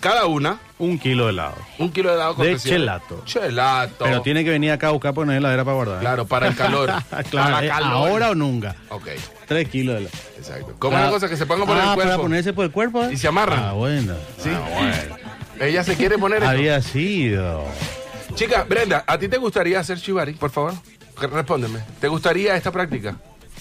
Speaker 3: cada una
Speaker 8: Un kilo de helado.
Speaker 3: un kilo de helado
Speaker 8: De
Speaker 3: cortesía.
Speaker 8: chelato.
Speaker 3: Chelato.
Speaker 8: Pero tiene que venir acá a buscar poner heladera para guardar.
Speaker 3: Claro, para el calor.
Speaker 8: Claro,
Speaker 3: Para
Speaker 8: eh,
Speaker 3: calor.
Speaker 8: ahora o nunca.
Speaker 3: Ok,
Speaker 8: Tres kilos de helado.
Speaker 3: exacto. Como una
Speaker 8: Ah,
Speaker 3: cosa que se pongan por el
Speaker 8: ah,
Speaker 3: cuerpo.
Speaker 8: para ponerse por el cuerpo. eh.
Speaker 3: Y se amarran.
Speaker 8: Ah, bueno.
Speaker 3: Sí. Ella se quiere poner esto.
Speaker 8: Había sido.
Speaker 3: Chica, Brenda, ¿a ti te gustaría hacer shibari? Por favor, que- respóndeme. ¿Te gustaría esta práctica?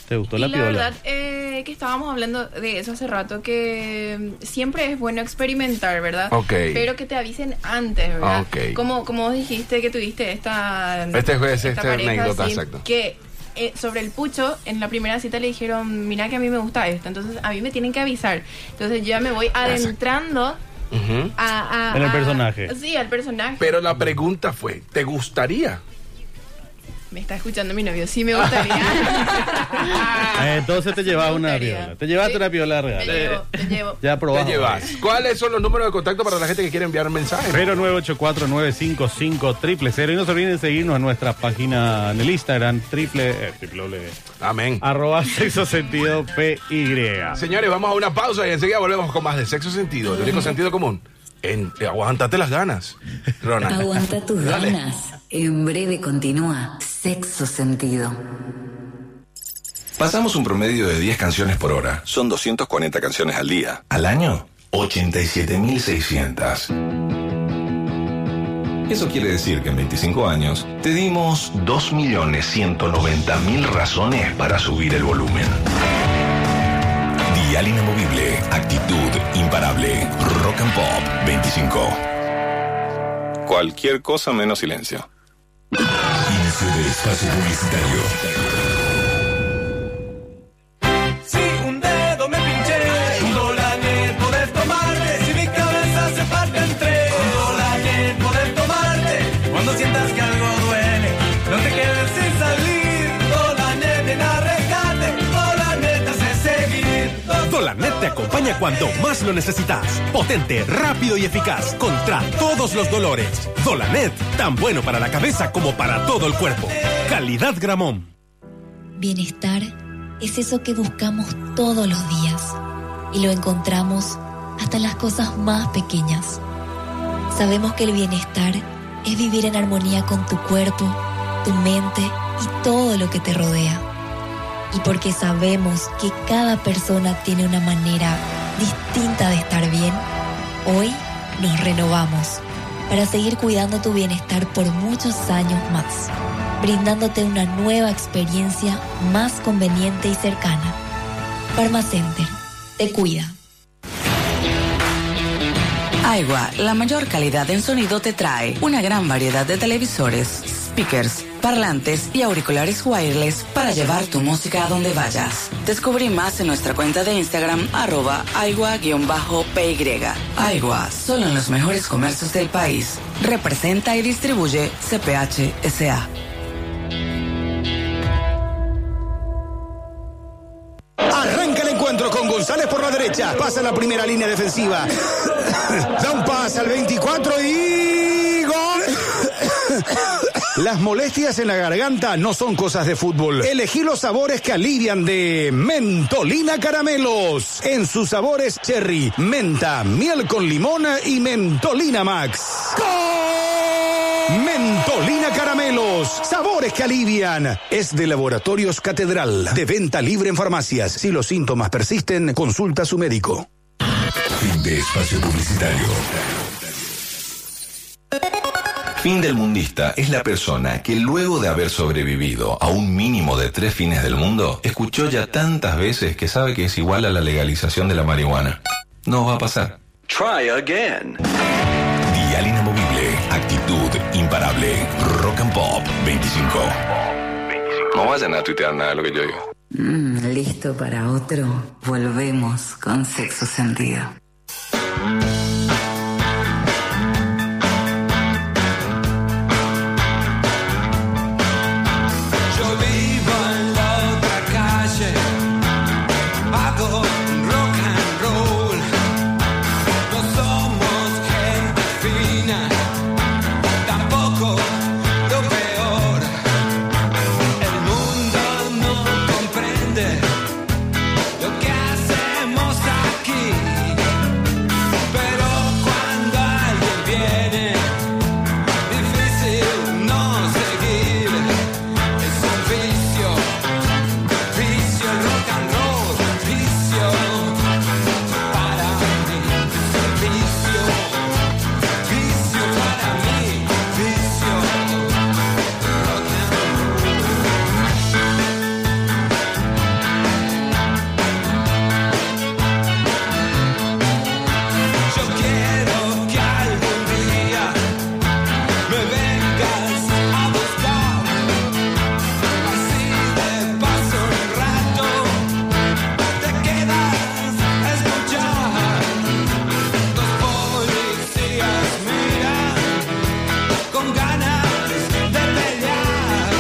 Speaker 8: ¿Te gustó
Speaker 9: Y
Speaker 8: la
Speaker 9: la
Speaker 8: piola?
Speaker 9: verdad eh, que estábamos hablando de eso hace rato, que mm, siempre es bueno experimentar, ¿verdad?
Speaker 3: Ok.
Speaker 9: Pero que te avisen antes, ¿verdad?
Speaker 3: Ok.
Speaker 9: Como, como vos dijiste que tuviste esta...
Speaker 3: Este juez,
Speaker 9: esta
Speaker 3: esta
Speaker 9: pareja,
Speaker 3: anécdota,
Speaker 9: sí,
Speaker 3: exacto.
Speaker 9: Que eh, sobre el pucho, en la primera cita le dijeron, mira que a mí me gusta esto, entonces a mí me tienen que avisar. Entonces yo ya me voy adentrando
Speaker 3: Ujú.
Speaker 9: a, a-
Speaker 8: En el
Speaker 9: a-
Speaker 8: personaje.
Speaker 9: Sí, al personaje.
Speaker 3: Pero la pregunta fue, ¿te gustaría?
Speaker 9: Me está escuchando mi novio, sí me gustaría.
Speaker 8: Eh, Entonces te llevas
Speaker 9: Me
Speaker 8: una
Speaker 9: gustaría.
Speaker 8: piola. Te llevaste
Speaker 9: Sí.
Speaker 8: una piola
Speaker 9: Te
Speaker 8: real.
Speaker 9: llevo, te llevo.
Speaker 8: Ya
Speaker 3: Te
Speaker 8: probamos.
Speaker 3: llevas. ¿Cuáles son los números de contacto para la gente que quiere enviar mensajes?
Speaker 8: 0984955000 y no se olviden de seguirnos en nuestra página en el Instagram triple, eh, triple W,
Speaker 3: Amén.
Speaker 4: Ah.
Speaker 8: arroba sexo sentido PY.
Speaker 3: Señores, vamos a una pausa y enseguida volvemos con más de sexo sentido, el único sentido común. En, eh, aguántate las ganas, Ronald.
Speaker 1: Aguanta tus
Speaker 3: Dale.
Speaker 1: ganas. En breve continúa Sexo Sentido.
Speaker 10: Pasamos un promedio de 10 canciones por hora. Son 240 canciones al día. ¿Al año? 87.600. Eso quiere decir que en 25 años te dimos 2.190.000 razones para subir el volumen. Dial inamovible. Actitud imparable. Rock and Pop 25. Cualquier cosa menos silencio. Inicio de espacio publicitario.
Speaker 2: Si un dedo me pinché, un dólar en poder tomarte. Si mi cabeza se parte en tres, un dólar en poder tomarte. Cuando sientas que algo duele, no te quedes sin salir. Dolanet en arrecate, Dolanet te hace seguir.
Speaker 11: Dolanet te acompaña cuando más lo necesitas. Potente, rápido y eficaz contra todos los dolores. Dolanet, tan bueno para la cabeza como para todo el cuerpo. Calidad Gramón.
Speaker 12: Bienestar es eso que buscamos todos los días y lo encontramos hasta en las cosas más pequeñas. Sabemos que el bienestar es vivir en armonía con tu cuerpo, tu mente y todo lo que te rodea. Y porque sabemos que cada persona tiene una manera distinta de estar bien, hoy nos renovamos para seguir cuidando tu bienestar por muchos años más brindándote una nueva experiencia más conveniente y cercana. Farmacenter, te cuida.
Speaker 2: Aiwa, la mayor calidad en sonido te trae una gran variedad de televisores, speakers, parlantes y auriculares wireless para llevar tu música a donde vayas. Descubrí más en nuestra cuenta de Instagram arroba aigua-py. Aigua, solo en los mejores comercios del país. Representa y distribuye CPH SA.
Speaker 11: Arranca el encuentro con Gonzalo.
Speaker 13: sales por la derecha, pasa la primera línea defensiva, da un pase al 24 y gol. Las molestias en la garganta no son cosas de fútbol. Elegí los sabores que alivian de Mentolina Caramelos. En sus sabores cherry, menta, miel con limón y Mentolina Max. ¡Gol! Mentolina Caramelos, sabores que alivian. Es de Laboratorios Catedral, de venta libre en farmacias. Si los síntomas persisten, consulta a su médico.
Speaker 10: Fin de espacio publicitario. Fin del mundista es la persona que luego de haber sobrevivido a un mínimo de tres fines del mundo, escuchó ya tantas veces que sabe que es igual a la legalización de la marihuana. No va a pasar.
Speaker 14: Try again.
Speaker 10: Dial inamovible, actitud imparable, rock and pop 25. No vayan a tuitear nada de lo que yo digo.
Speaker 1: Mm, ¿Listo para otro? Volvemos con sexo sentido.
Speaker 2: Yo vivo en la otra calle, hago rock and roll. No somos gente fina, tampoco lo peor. El mundo no comprende lo que hacemos aquí. Pero cuando alguien viene, difícil no seguir. Es un vicio, vicio el rock and roll, vicio para mí, vicio, vicio para mí, vicio rock and roll. Yo quiero que algún día me vengas a buscar. Así de paso un rato te quedas a escuchar. Dos policías miran con ganas de pelear,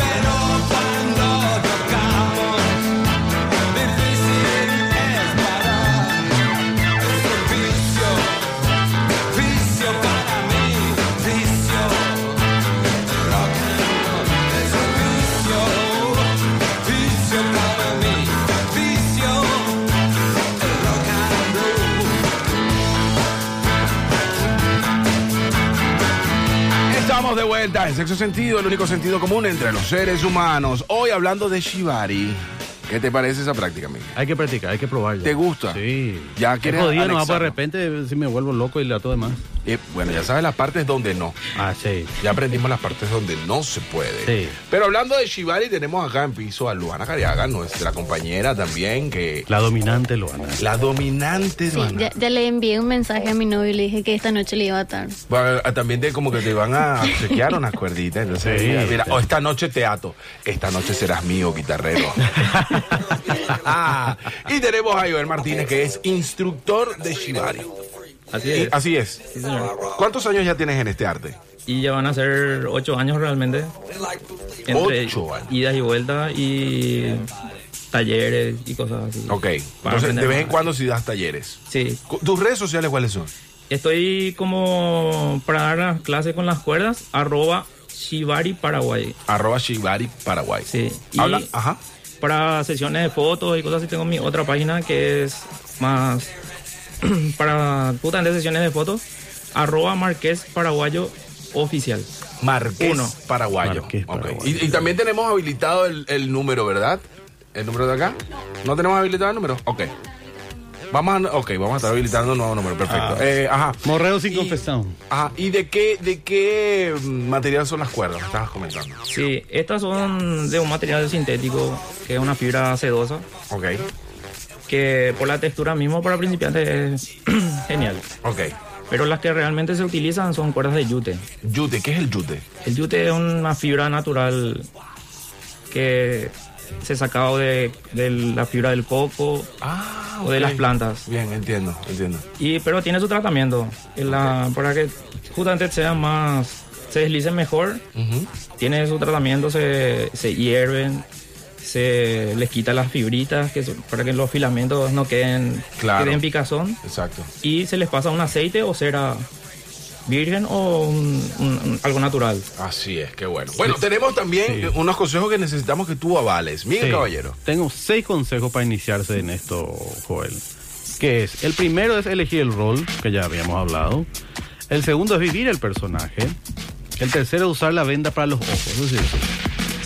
Speaker 2: pero cuando tocamos difícil es parar. Es un vicio, vicio para mí, vicio. Rock and roll es un vicio, vicio para mí, vicio, el rock and
Speaker 3: Estamos de vuelta en sexo sentido, el único sentido común entre los seres humanos. Hoy hablando de Shibari. ¿Qué te parece esa práctica, Miguel?
Speaker 4: Hay que practicar, hay que probar. ya.
Speaker 3: ¿Te gusta?
Speaker 4: Sí.
Speaker 3: Ya
Speaker 4: que
Speaker 3: quieres
Speaker 4: jodido, no va pues,
Speaker 3: anexarlo.
Speaker 4: de repente si me vuelvo loco y la todo demás.
Speaker 3: Eh, bueno, ya sabes las partes donde no.
Speaker 4: Ah, sí.
Speaker 3: Ya aprendimos las partes donde no se puede.
Speaker 4: Sí.
Speaker 3: Pero hablando de Shibari, tenemos acá en piso a Luana Cariaga, nuestra compañera también, que...
Speaker 4: La dominante Luana.
Speaker 3: La dominante
Speaker 6: Sí,
Speaker 3: Luana.
Speaker 6: ya, ya le envié un mensaje a mi novio y le dije que esta noche le iba a atar.
Speaker 3: Bueno, ah, también de como que te van a chequear unas cuerditas. Entonces,
Speaker 4: Sí.
Speaker 3: mira, mira, o esta noche te ato. Esta noche serás mío, guitarrero. Ah, y tenemos a Joel Martínez, que es instructor de Shibari.
Speaker 7: Así
Speaker 3: Y-
Speaker 7: es.
Speaker 3: así es. ¿Cuántos años ya tienes en este arte?
Speaker 7: Y ya van a ser ocho años realmente.
Speaker 3: Ocho
Speaker 7: años. Idas y vueltas y talleres y cosas así.
Speaker 3: Ok.
Speaker 7: Para
Speaker 3: Entonces, de
Speaker 7: aprender
Speaker 3: vez en
Speaker 7: más.
Speaker 3: cuando sí das talleres.
Speaker 7: Sí.
Speaker 3: ¿Tus redes sociales cuáles son?
Speaker 7: Estoy como para dar las clases con las cuerdas, arroba Shibari Paraguay.
Speaker 3: Arroba Shibari Paraguay.
Speaker 7: Sí.
Speaker 3: Habla- ajá.
Speaker 7: Para sesiones de fotos y cosas así tengo mi otra página que es más para justamente sesiones de fotos, arroba Marqués Paraguayo Oficial.
Speaker 3: Marqués
Speaker 7: Uno.
Speaker 3: Paraguayo. Ok. Y, y también tenemos habilitado el, el número, ¿verdad? ¿El número de acá? ¿No tenemos habilitado el número? Ok. Vamos a, ok, vamos a estar habilitando un nuevo número, perfecto.
Speaker 4: Ah.
Speaker 3: Eh, ajá.
Speaker 4: Morreo sin
Speaker 3: Y-
Speaker 4: confesión.
Speaker 3: Ajá. ¿Y de qué, de qué mm, material son las cuerdas? Me estabas comentando.
Speaker 7: Sí, estas son de un material sintético que es una fibra sedosa.
Speaker 3: Ok.
Speaker 7: Que por la textura mismo para principiantes es genial.
Speaker 3: Ok.
Speaker 7: Pero las que realmente se utilizan son cuerdas de yute.
Speaker 3: Yute, ¿qué es el yute?
Speaker 7: El yute es una fibra natural que se sacaba de, de la fibra del coco o de
Speaker 3: Ah, ok.
Speaker 7: las plantas.
Speaker 3: Bien, entiendo, entiendo.
Speaker 7: Y, pero tiene su tratamiento en la- para que justamente sea más, se deslice mejor. Tiene su tratamiento, se, se hierven, se les quita las fibritas que son- para que los filamentos no queden,
Speaker 3: Claro.
Speaker 7: queden picazón.
Speaker 3: Exacto.
Speaker 7: Y se les pasa un aceite o cera virgen o un- un- un- algo natural.
Speaker 3: Así es, qué bueno. Bueno, tenemos también unos consejos que necesitamos que tú avales. Miguel
Speaker 4: Sí.
Speaker 3: Caballero.
Speaker 4: Tengo seis consejos para iniciarse en esto, Joel. Que es, el primero es elegir el rol, que ya habíamos hablado. El segundo es vivir el personaje. El tercero es usar la venda para los ojos. es decir,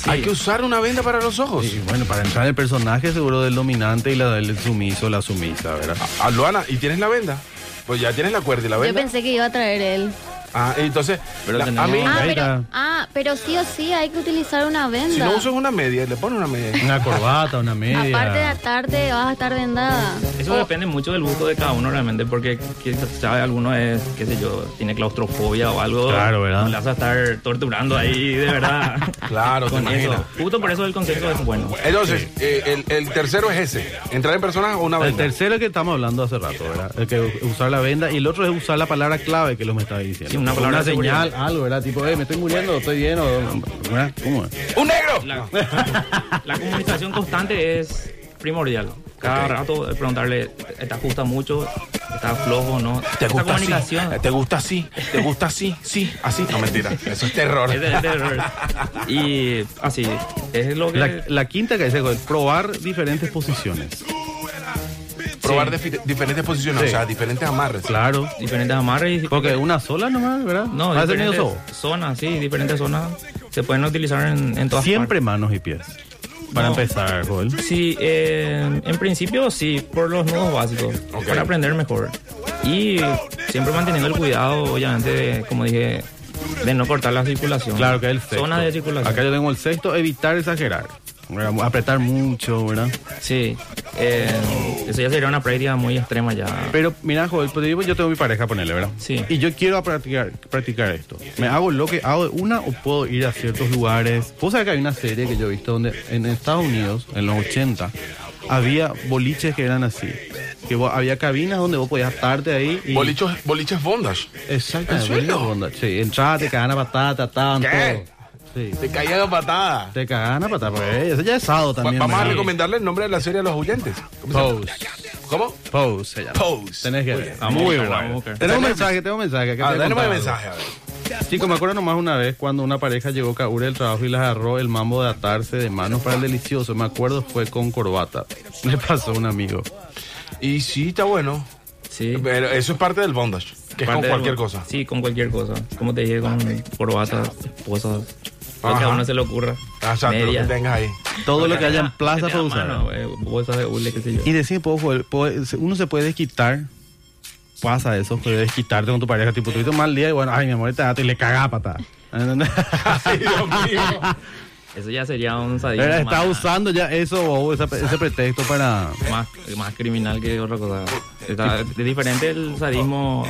Speaker 3: Hay que usar una venda para los ojos.
Speaker 7: Pues
Speaker 4: y bueno, para entrar en el personaje seguro del dominante y la del sumiso, la sumisa, ¿verdad?
Speaker 3: A Luana, ¿y tienes la venda? Pues ya tienes la cuerda y la
Speaker 6: Yo
Speaker 3: venda.
Speaker 6: pensé que iba a traer él.
Speaker 3: Ah, entonces, la- a
Speaker 7: tenemos-
Speaker 3: mí.
Speaker 6: Ah, pero, ah, pero sí o sí hay que utilizar una
Speaker 3: Si
Speaker 6: venda.
Speaker 3: no usas una media, le pones una media.
Speaker 4: Una corbata, una
Speaker 6: Aparte de atarte, vas a estar vendada.
Speaker 7: Eso depende mucho del gusto de cada uno realmente, porque quizás sabe, alguno es, qué sé yo, tiene claustrofobia o algo.
Speaker 4: Claro, ¿verdad?
Speaker 7: No le vas a estar torturando ahí, de verdad.
Speaker 3: Claro,
Speaker 7: con
Speaker 3: te
Speaker 7: eso.
Speaker 3: imaginas.
Speaker 7: Justo por eso el consejo es bueno.
Speaker 3: Entonces, eh, el, el tercero es ese: entrar en personaje
Speaker 7: Ah,
Speaker 3: o una
Speaker 4: El
Speaker 3: venda.
Speaker 4: tercero que estamos hablando hace rato, ¿verdad? El que u- usar la venda y el otro es usar la palabra clave que los me está diciendo.
Speaker 7: Sí, una palabra de
Speaker 4: señal,
Speaker 7: seguridad.
Speaker 4: algo, ¿verdad? Tipo, eh, me estoy muriendo, estoy lleno. ¿verdad? ¿Cómo es?
Speaker 3: ¡Un negro!
Speaker 7: La comunicación constante es primordial. Cada rato eh, preguntarle, ¿estás gusta mucho? ¿Estás flojo? ¿No?
Speaker 3: ¿Te
Speaker 7: Esa
Speaker 3: gusta así?
Speaker 7: comunicación.
Speaker 3: ¿Te gusta así? ¿Te gusta así? Sí, así. No, mentira. Eso es terror.
Speaker 7: Es de- es de terror. Y así, es lo que...
Speaker 4: La, la quinta que dice, Joel, probar diferentes posiciones.
Speaker 3: Probar defi- diferentes posiciones,
Speaker 4: Sí.
Speaker 3: o sea, diferentes amarres.
Speaker 4: Claro.
Speaker 7: Diferentes amarres.
Speaker 4: Porque una sola nomás, ¿verdad?
Speaker 7: No,
Speaker 4: ¿Has tenido
Speaker 7: diferentes
Speaker 4: eso?
Speaker 7: zonas, sí, diferentes zonas se pueden utilizar en, en todas
Speaker 4: Siempre manos y pies. Para
Speaker 7: No.
Speaker 4: empezar, Joel.
Speaker 7: Sí, eh, en principio sí, por los nudos básicos, para aprender mejor. Y siempre manteniendo el cuidado, obviamente, de, como dije, de no cortar la circulación.
Speaker 4: Claro que es el sexto.
Speaker 7: Zona de circulación.
Speaker 4: Acá yo tengo el sexto, evitar exagerar. ¿verdad? Apretar mucho, ¿verdad?
Speaker 7: Sí, eh, eso ya sería una práctica muy extrema ya.
Speaker 4: Pero mira, Joel, pues, digo, yo tengo mi pareja, ponele, ¿verdad?
Speaker 7: Sí.
Speaker 4: Y yo quiero practicar, practicar esto. ¿Me hago lo que hago de una o puedo ir a ciertos lugares? Vos sabés que hay una serie que yo he visto donde en Estados Unidos, en los 80, había boliches que eran así. Que vos- había cabinas donde vos podías atarte ahí. Y...
Speaker 3: Bolichos, boliches bondage.
Speaker 4: Exacto.
Speaker 3: ¿En serio?
Speaker 4: Sí, entraba, te cagaban a patada, te ataban
Speaker 3: ¿Qué?
Speaker 4: todo. Sí.
Speaker 3: Te caían a patadas.
Speaker 4: Te cagaban a patada. Pues, eso ya es sábado también.
Speaker 3: Vamos a
Speaker 4: ¿verdad?
Speaker 3: recomendarle el nombre de la serie a los oyentes. ¿Cómo se llama?
Speaker 4: Pose.
Speaker 3: ¿Cómo?
Speaker 4: Pose se llama.
Speaker 3: Pose.
Speaker 4: Tenés que
Speaker 3: Muy
Speaker 4: ver.
Speaker 3: bien.
Speaker 4: Muy
Speaker 3: Vamos a
Speaker 4: bueno. Tenemos
Speaker 3: buscar. Tenemos-
Speaker 4: mensaje, tenemos mensaje. que
Speaker 3: Ah,
Speaker 4: te voy a
Speaker 3: tenemos
Speaker 4: contar
Speaker 3: mensaje,
Speaker 4: algo. Chicos, me acuerdo nomás una vez cuando una pareja llegó Kaure del trabajo y les agarró el mambo de atarse de manos para el delicioso. Me acuerdo fue con corbata. Le pasó a un amigo.
Speaker 3: Y sí, está bueno.
Speaker 7: Sí.
Speaker 3: Pero eso es parte del bondage, que es
Speaker 7: Parte
Speaker 3: con
Speaker 7: de-
Speaker 3: cualquier cosa.
Speaker 7: Sí, con cualquier cosa. Como te dije, con corbatas, esposas, lo que
Speaker 3: Ajá.
Speaker 7: a uno se le ocurra.
Speaker 3: Ah, Exacto, lo que
Speaker 7: Medias.
Speaker 3: tengas ahí.
Speaker 4: Todo lo que haya en plaza
Speaker 7: Que tenga
Speaker 4: para usar.
Speaker 7: mano, eh, bolsas de hule, qué sé yo.
Speaker 4: Y decir, puedo jugar- puedo- uno se puede desquitar. Pasa eso, puedes desquitarte con tu pareja. Tipo, tuviste un mal día y bueno, ay, mi amor, te dato y le cagaba patada. ¿Entendés?
Speaker 7: Eso ya sería un sadismo
Speaker 4: Era- Está
Speaker 7: más,
Speaker 4: usando ya eso, bobo, esa- ese pretexto para.
Speaker 7: más, más criminal que otra cosa. Está- es diferente el sadismo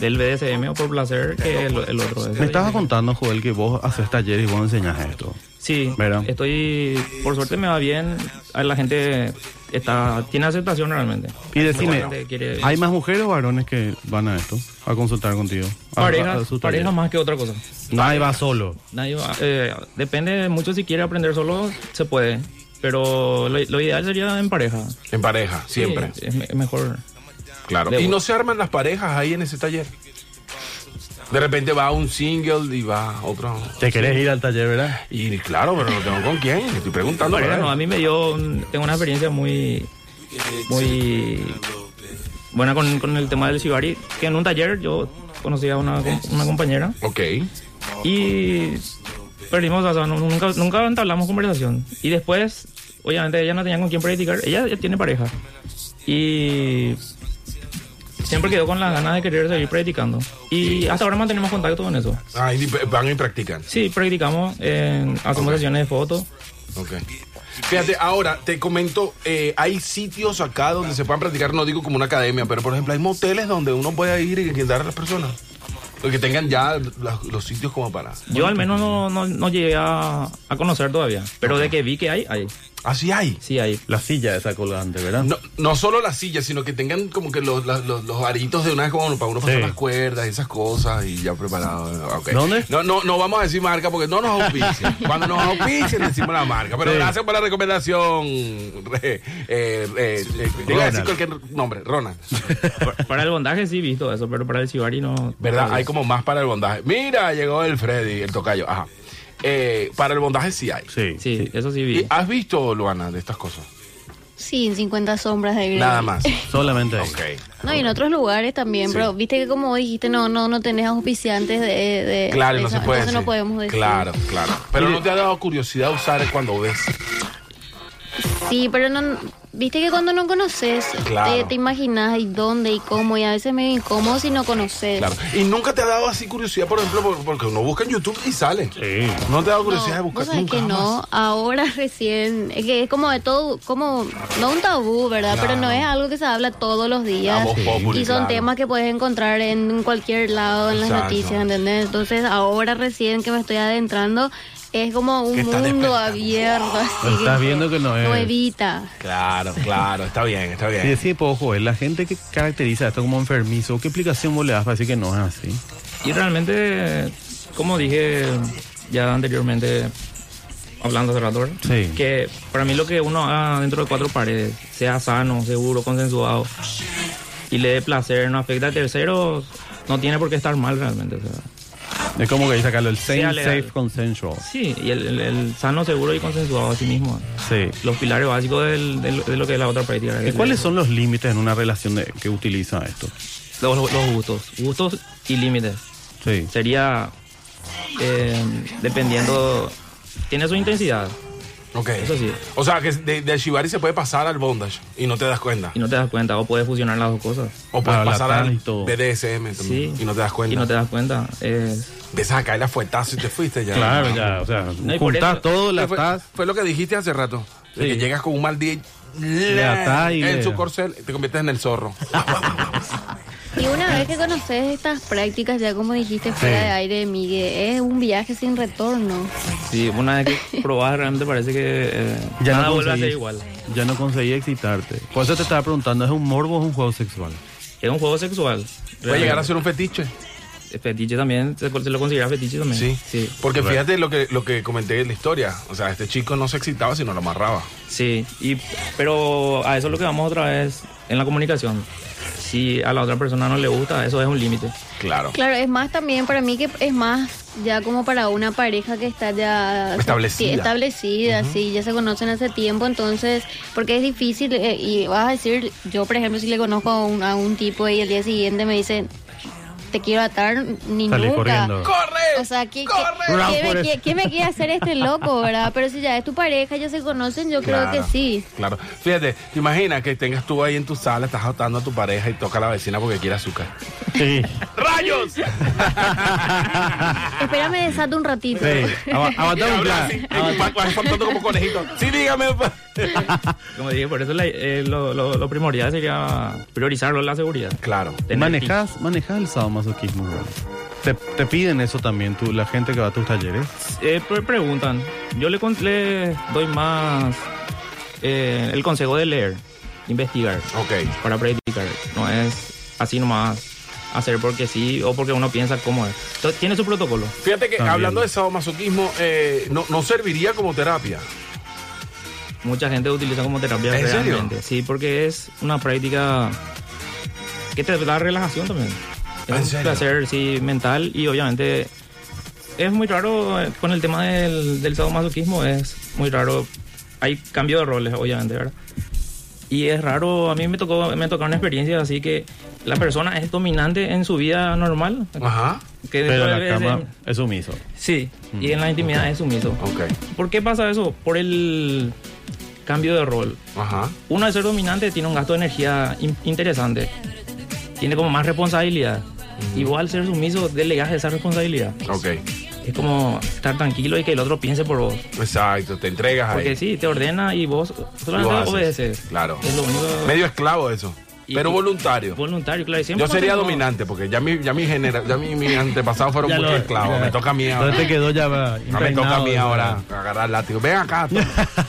Speaker 7: del BDSM o por placer que el, el otro.
Speaker 4: Me estabas contando, Joel, que vos haces talleres y vos enseñas esto.
Speaker 7: Sí,
Speaker 4: ¿Verdad?
Speaker 7: estoy, por suerte me va bien. A La gente está, tiene aceptación realmente.
Speaker 4: Y decime,
Speaker 7: La gente quiere-
Speaker 4: ¿hay más mujeres o varones que van a esto? A consultar contigo. A- a- a
Speaker 7: parejas,
Speaker 4: sus talleres.
Speaker 7: parejas más que otra cosa.
Speaker 4: Nadie va solo.
Speaker 7: Nadie va- eh, depende mucho si quiere aprender solo, se puede. Pero lo, lo ideal sería en pareja.
Speaker 3: En pareja,
Speaker 7: Sí,
Speaker 3: siempre.
Speaker 7: es, me- es mejor.
Speaker 3: Claro.
Speaker 7: Debo-
Speaker 3: Y no se arman las parejas ahí en ese taller. De repente va un single y va otro.
Speaker 4: Te querés ir al taller, ¿verdad?
Speaker 3: Y claro, pero no tengo con quién. Estoy preguntando.
Speaker 7: Bueno,
Speaker 3: ¿verdad?
Speaker 7: a mí me dio, un- tengo una experiencia muy, muy buena con, con el tema del shibari, que en un taller yo conocí a una, una compañera
Speaker 3: Ok.
Speaker 7: y perdimos, o sea, nu- nunca, nunca entablamos conversación. Y después, obviamente, ella no tenía con quién practicar, ella ya tiene pareja. Y siempre quedó con las ganas de querer seguir practicando. Y hasta ahora mantenemos contacto con eso.
Speaker 3: Ah, y van y practican.
Speaker 7: Sí, practicamos, eh, hacemos sesiones de fotos.
Speaker 3: Ok. Fíjate, ahora te comento, eh, hay sitios acá donde se puedan practicar, no digo como una academia, pero por ejemplo hay moteles donde uno puede ir y quedar a las personas. Que tengan ya los, los sitios como para.
Speaker 7: Yo al menos no, no, no llegué a, a conocer todavía. Pero de que vi que hay, hay.
Speaker 3: ¿Ah, sí hay?
Speaker 7: Sí hay.
Speaker 4: La silla esa colgante, ¿verdad?
Speaker 3: No, no solo las sillas, sino que tengan como que los, las- los, los aritos de una vez como para uno pasar
Speaker 4: Sí.
Speaker 3: las cuerdas y esas cosas y ya preparado. ok.
Speaker 4: ¿Dónde?
Speaker 3: No, no, no vamos a decir marca porque no nos auspician. Cuando nos auspician decimos la marca. Pero
Speaker 4: Sí.
Speaker 3: gracias por la recomendación. re- eh, eh, eh, iba a
Speaker 7: Ronald.
Speaker 3: decir cualquier nombre, Ronald.
Speaker 7: Para el bondaje sí he visto eso, pero para el Shibari no.
Speaker 3: ¿Verdad? Hay como más para el bondaje. Mira, llegó el Freddy, el tocayo. Ajá. Eh, para el bondaje sí ah. hay.
Speaker 4: Sí,
Speaker 7: eso sí
Speaker 3: vi. ¿Has visto, Luana, de estas cosas?
Speaker 6: Sí, en 50 sombras de Grey.
Speaker 3: Nada más.
Speaker 4: Solamente
Speaker 3: eso. Ok.
Speaker 6: No, y en otros lugares también,
Speaker 3: Sí.
Speaker 6: pero viste que como dijiste, no, no, no tenés auspiciantes de, de
Speaker 3: Claro,
Speaker 6: de
Speaker 3: no se
Speaker 6: eso,
Speaker 3: puede
Speaker 6: entonces no
Speaker 3: decir.
Speaker 6: podemos decir.
Speaker 3: Claro, claro. Pero no te ha dado curiosidad usar cuando ves.
Speaker 6: Sí, pero no, viste que cuando no conoces,
Speaker 3: Claro.
Speaker 6: te, te imaginas y dónde y cómo, y a veces me incómodo si no conoces.
Speaker 3: Claro. Y nunca te ha dado así curiosidad, por ejemplo, por- porque uno busca en YouTube y sale. Sí. No te ha dado curiosidad de
Speaker 6: Vos
Speaker 3: buscar
Speaker 6: sabés
Speaker 3: nunca.
Speaker 6: que no, ahora recién, es que es como de todo, como, no un tabú, ¿verdad? Pero no
Speaker 3: Claro.
Speaker 6: es algo que se habla todos los días.
Speaker 3: La voz populi,
Speaker 6: y son
Speaker 3: claro.
Speaker 6: temas que puedes encontrar en cualquier lado, en las
Speaker 3: Exacto.
Speaker 6: noticias, ¿entendés? Entonces ahora recién que me estoy adentrando, es como
Speaker 3: Que
Speaker 6: un
Speaker 3: estás
Speaker 6: mundo abierto, así
Speaker 4: Lo estás
Speaker 6: que
Speaker 4: viendo que no es.
Speaker 6: nuevita.
Speaker 3: Claro, claro. Está bien, está bien.
Speaker 4: Y decir, pues, ojo, es la gente que caracteriza esto como enfermizo. ¿Qué explicación vos le das para decir que no es así?
Speaker 7: Y realmente, como dije ya anteriormente, hablando de rato,
Speaker 4: Sí.
Speaker 7: que para mí lo que uno haga dentro de cuatro paredes, sea sano, seguro, consensuado, y le dé placer, no afecta a terceros, no tiene por qué estar mal realmente. o sea.
Speaker 4: Es como que dice Carlos, el
Speaker 7: Sea
Speaker 4: same,
Speaker 7: legal.
Speaker 4: safe, consensual.
Speaker 7: Sí, y el, el- el sano, seguro y consensuado a sí mismo.
Speaker 4: Sí.
Speaker 7: Los pilares básicos del- del- de lo que es la otra partida.
Speaker 4: ¿Y cuáles son los límites en una relación de- que utiliza esto?
Speaker 7: Los, los- los gustos. Gustos y límites.
Speaker 4: Sí.
Speaker 7: Sería eh, dependiendo. Tiene su intensidad.
Speaker 3: Ok.
Speaker 7: Eso sí.
Speaker 3: O sea, que de- del shibari se puede pasar al bondage y no te das cuenta.
Speaker 7: Y no te das cuenta. O puedes fusionar las dos cosas.
Speaker 3: O puedes pasar al
Speaker 7: todo.
Speaker 3: BDSM también,
Speaker 7: Sí.
Speaker 3: y no te das cuenta.
Speaker 7: Y no te das cuenta. Eh,
Speaker 3: Empiezas a caer la fuetazo y te fuiste ya.
Speaker 7: Claro, ya, o sea, No, y por juntás eso- todo, la
Speaker 3: fue,
Speaker 7: atás.
Speaker 3: Fue lo que dijiste hace rato. de que llegas con un mal día y-
Speaker 4: atás y
Speaker 3: en
Speaker 4: le-
Speaker 3: su corcel te conviertes en el zorro.
Speaker 6: Y una vez que conoces estas prácticas, ya como dijiste, fuera
Speaker 7: Sí.
Speaker 6: de aire, Miguel, es un viaje sin retorno.
Speaker 7: sí, una vez que probás, realmente parece que eh,
Speaker 4: Ya
Speaker 7: nada
Speaker 4: no
Speaker 7: vuelve a ser
Speaker 4: conseguís-
Speaker 7: igual.
Speaker 4: Ya no conseguí excitarte. Por eso te estaba preguntando, ¿es un morbo o es un juego sexual?
Speaker 7: Es un juego sexual.
Speaker 3: Puede llegar a ser un fetiche.
Speaker 7: Fetiche también, se, se lo considera fetiche también.
Speaker 3: Sí. Porque
Speaker 7: Claro.
Speaker 3: fíjate lo que, lo que comenté en la historia. O sea, este chico no se excitaba, sino lo amarraba.
Speaker 7: Sí, y, pero a eso es lo que vamos otra vez en la comunicación. Si a la otra persona no le gusta, eso es un límite.
Speaker 3: Claro.
Speaker 6: Claro, es más también para mí que es más ya como para una pareja que está ya
Speaker 7: Establecida.
Speaker 6: sí, establecida, sí, ya se conocen hace tiempo, entonces, porque es difícil eh, y vas a decir, yo por ejemplo, si le conozco a un, a un tipo y el día siguiente me dice, te quiero atar, ni
Speaker 4: Salí
Speaker 6: nunca.
Speaker 4: corriendo.
Speaker 3: ¡Corre!
Speaker 6: O sea, ¿qué, qué-
Speaker 4: Bravo
Speaker 6: qué me-
Speaker 4: por eso.
Speaker 6: qué- qué me quiere hacer este loco, verdad? Pero si ya es tu pareja, ya se conocen, yo creo
Speaker 3: Claro.
Speaker 6: que sí.
Speaker 3: Claro. Fíjate, te imaginas que tengas tú ahí en tu sala, estás atando a tu pareja y toca a la vecina porque quiere azúcar.
Speaker 4: Sí.
Speaker 3: ¡Rayos!
Speaker 6: Espérame, desate un ratito.
Speaker 3: Y habla así,
Speaker 4: Ah,
Speaker 3: y va- va saltando como conejito. Sí, dígame. pues.
Speaker 7: Como dije, por eso la- eh, lo, lo- lo primordial sería priorizarlo la seguridad.
Speaker 3: Claro.
Speaker 4: ¿Manejas, manejas el sadomasoquismo, bro? ¿Te, te piden eso también tú, la gente que va a tus talleres?
Speaker 7: Eh, pre- preguntan. Yo le, con- le doy más eh, el consejo de leer, investigar. Para practicar. No es así nomás hacer porque sí o porque uno piensa cómo es. Entonces, tiene su protocolo.
Speaker 3: Fíjate que
Speaker 7: También.
Speaker 3: hablando de sadomasoquismo, eh, no, no serviría como terapia.
Speaker 7: Mucha gente utiliza como terapia
Speaker 3: ¿En serio?
Speaker 7: realmente. Sí, porque es una práctica que te da relajación también. Es un placer, sí, mental y obviamente es muy raro eh, con el tema del, del sadomasoquismo, es muy raro. Hay cambio de roles, obviamente, ¿verdad? Y es raro, a mí me tocó me tocó una experiencia así que la persona es dominante en su vida normal.
Speaker 3: Ajá.
Speaker 7: Que
Speaker 4: Pero
Speaker 7: después
Speaker 4: en la
Speaker 7: de-
Speaker 4: cama es sumiso.
Speaker 7: Sí, y en la intimidad es sumiso. ¿Por qué pasa eso? Por el cambio de rol.
Speaker 3: Ajá.
Speaker 7: Uno al ser dominante tiene un gasto de energía in- interesante. Tiene como más responsabilidad. Igual al ser sumiso delegas esa responsabilidad.
Speaker 3: Ok.
Speaker 7: Es como estar tranquilo y que el otro piense por vos.
Speaker 3: Exacto, te entregas
Speaker 7: Porque
Speaker 3: ahí.
Speaker 7: sí, te ordena y vos
Speaker 3: Y vos
Speaker 7: solamente
Speaker 3: haces.
Speaker 7: obedeces.
Speaker 3: Claro.
Speaker 7: Es lo único.
Speaker 3: Medio esclavo eso. Pero voluntario.
Speaker 7: Voluntario, claro. y siempre
Speaker 3: Yo sería
Speaker 7: continuó.
Speaker 3: dominante porque ya mi, ya mi, genera- ya mi, mi antepasado fueron
Speaker 7: Ya
Speaker 3: muchos
Speaker 7: lo-
Speaker 3: esclavos.
Speaker 7: ya.
Speaker 3: Me toca a mí ahora.
Speaker 15: Entonces te quedó ya
Speaker 3: No me toca a mí
Speaker 15: impregnado,
Speaker 3: ahora agarrar el látigo. Ven acá. tú.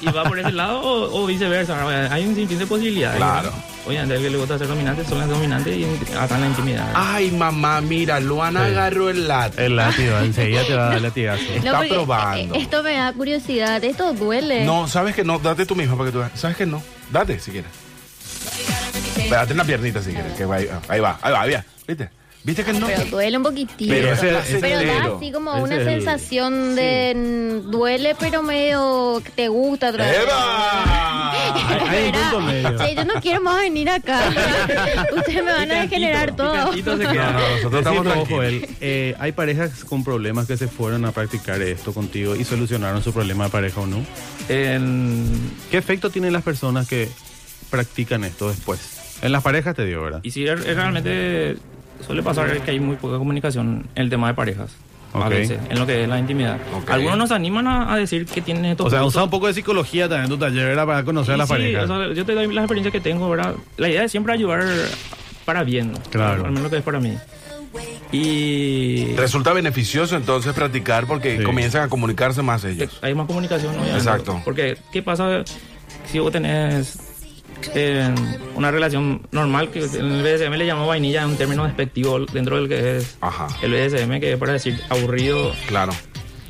Speaker 7: y va por ese lado o, o viceversa. ¿no? Hay un sinfín de posibilidades.
Speaker 3: Claro.
Speaker 7: Oye, a que le gusta ser dominante, son las dominantes y hasta en la intimidad.
Speaker 6: Ah,
Speaker 3: Ay, mamá, mira, Luana
Speaker 7: Sí.
Speaker 3: agarró el látigo.
Speaker 4: El látigo, enseguida te va a dar el latigazo.
Speaker 6: No, porque, eh, Esto me da curiosidad, esto duele.
Speaker 3: No, sabes que no. Date tú misma para que tú veas. Sabes que no. Date si quieres. Date en la piernita si quieres. Que ahí, ah, ahí va, ahí va, mira. ¿Viste? ¿Viste que no?
Speaker 6: Pero duele un poquitín.
Speaker 3: Pero
Speaker 6: Pero,
Speaker 3: ese- ese es
Speaker 6: da
Speaker 3: enero.
Speaker 6: así como
Speaker 3: Este Ese
Speaker 6: una
Speaker 3: es el-
Speaker 6: sensación de mm, duele, pero medio que te gusta otra vez.
Speaker 16: Hay un punto
Speaker 6: Verá,
Speaker 16: medio.
Speaker 6: che, yo no quiero más venir acá. Ustedes me van a degenerar todo.
Speaker 4: nosotros
Speaker 8: estamos
Speaker 4: eh, hay parejas con problemas que se fueron a practicar esto contigo y solucionaron su problema de pareja o no. ¿Qué efecto tienen las personas que practican esto después? En las parejas te dio, ¿verdad?
Speaker 7: Y sí, es- es realmente suele pasar que hay muy poca comunicación en el tema de parejas.
Speaker 4: Ok.
Speaker 7: A veces, en lo que es la intimidad. Algunos nos animan a, a decir que tienen estos
Speaker 4: O sea,
Speaker 7: gustos.
Speaker 4: usa un poco de psicología también en tu taller era para conocer a
Speaker 7: Y
Speaker 4: las
Speaker 7: sí,
Speaker 4: parejas.
Speaker 7: o sea, yo te doy las experiencias que tengo, ¿verdad? La idea es siempre ayudar para bien.
Speaker 4: Claro.
Speaker 7: Al menos lo que es para mí. Y.
Speaker 3: Resulta beneficioso entonces practicar porque comienzan a comunicarse más ellos.
Speaker 7: eh, Hay más comunicación, ¿no?
Speaker 3: Exacto.
Speaker 7: Porque, ¿qué pasa si vos tenés eh, una relación normal? Que en el BDSM le llamó vainilla, un término despectivo dentro del que es el BDSM, que es para decir aburrido.
Speaker 3: Claro.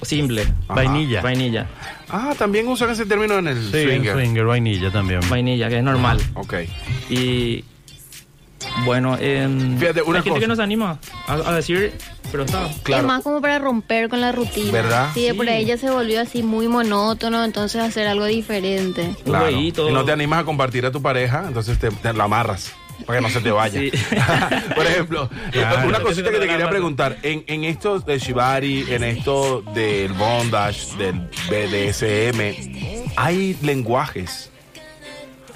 Speaker 7: Simple.
Speaker 4: Ajá. Vainilla.
Speaker 7: Vainilla.
Speaker 3: Ah, también usan ese término en el
Speaker 4: Sí, en
Speaker 3: swinger.
Speaker 4: swinger, vainilla también.
Speaker 7: Vainilla, que es normal.
Speaker 3: Ok.
Speaker 7: Y. Bueno, em,
Speaker 3: Fíjate, una
Speaker 7: hay gente
Speaker 3: cosa.
Speaker 7: que nos anima a, a decir, pero está.
Speaker 6: Es más como para romper con la rutina.
Speaker 7: ¿Verdad?
Speaker 6: Sí, de por ahí ya se volvió así muy monótono, entonces hacer algo diferente.
Speaker 3: Claro. Y no te animas a compartir a tu pareja, entonces te, te la amarras para que no se te vaya. Por ejemplo,
Speaker 4: Claro.
Speaker 3: una cosita que te quería preguntar, en, en esto de Shibari, en esto del bondage, del BDSM, hay lenguajes.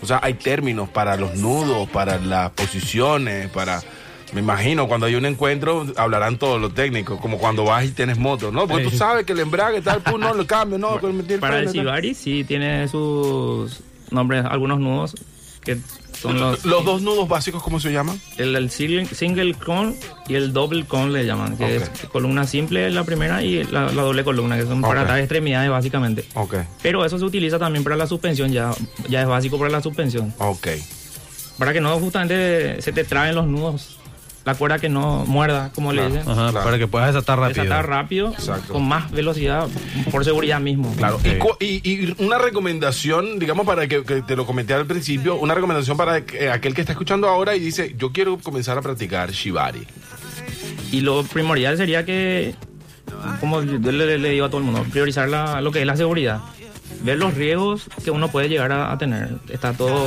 Speaker 3: O sea, hay términos para los nudos, para las posiciones, para... Me imagino, cuando hay un encuentro, hablarán todos los técnicos, como cuando vas y tienes moto, ¿no? Porque
Speaker 7: Sí.
Speaker 3: tú sabes que el embrague, tal, pum, no, lo cambio, no, pero metí el
Speaker 7: Para el
Speaker 3: freno, tal.
Speaker 7: Shibari sí tiene sus nombres, algunos nudos que son los...
Speaker 3: Los dos nudos básicos, ¿cómo se llaman?
Speaker 7: El, el single, single con y el double con le llaman, que es columna simple la primera y la, la doble columna, que son para
Speaker 3: Ok.
Speaker 7: atar extremidades básicamente.
Speaker 3: Ok.
Speaker 7: Pero eso se utiliza también para la suspensión, ya, ya es básico para la suspensión.
Speaker 3: Ok.
Speaker 7: Para que no justamente se te traen los nudos, la cuerda que no muerda, como
Speaker 4: Claro.
Speaker 7: le dicen.
Speaker 4: Ajá, Para que puedas desatar rápido.
Speaker 7: Desatar rápido,
Speaker 3: Exacto.
Speaker 7: con más velocidad, por seguridad mismo.
Speaker 3: Claro. Y cu- Y, y una recomendación, digamos, para que, que te lo comenté al principio, una recomendación para que- eh, aquel que está escuchando ahora y dice, yo quiero comenzar a practicar Shibari.
Speaker 7: Y lo primordial sería que, como yo le, le digo a todo el mundo, priorizar la- lo que es la seguridad. Ver los riesgos que uno puede llegar a, a tener. Está todo...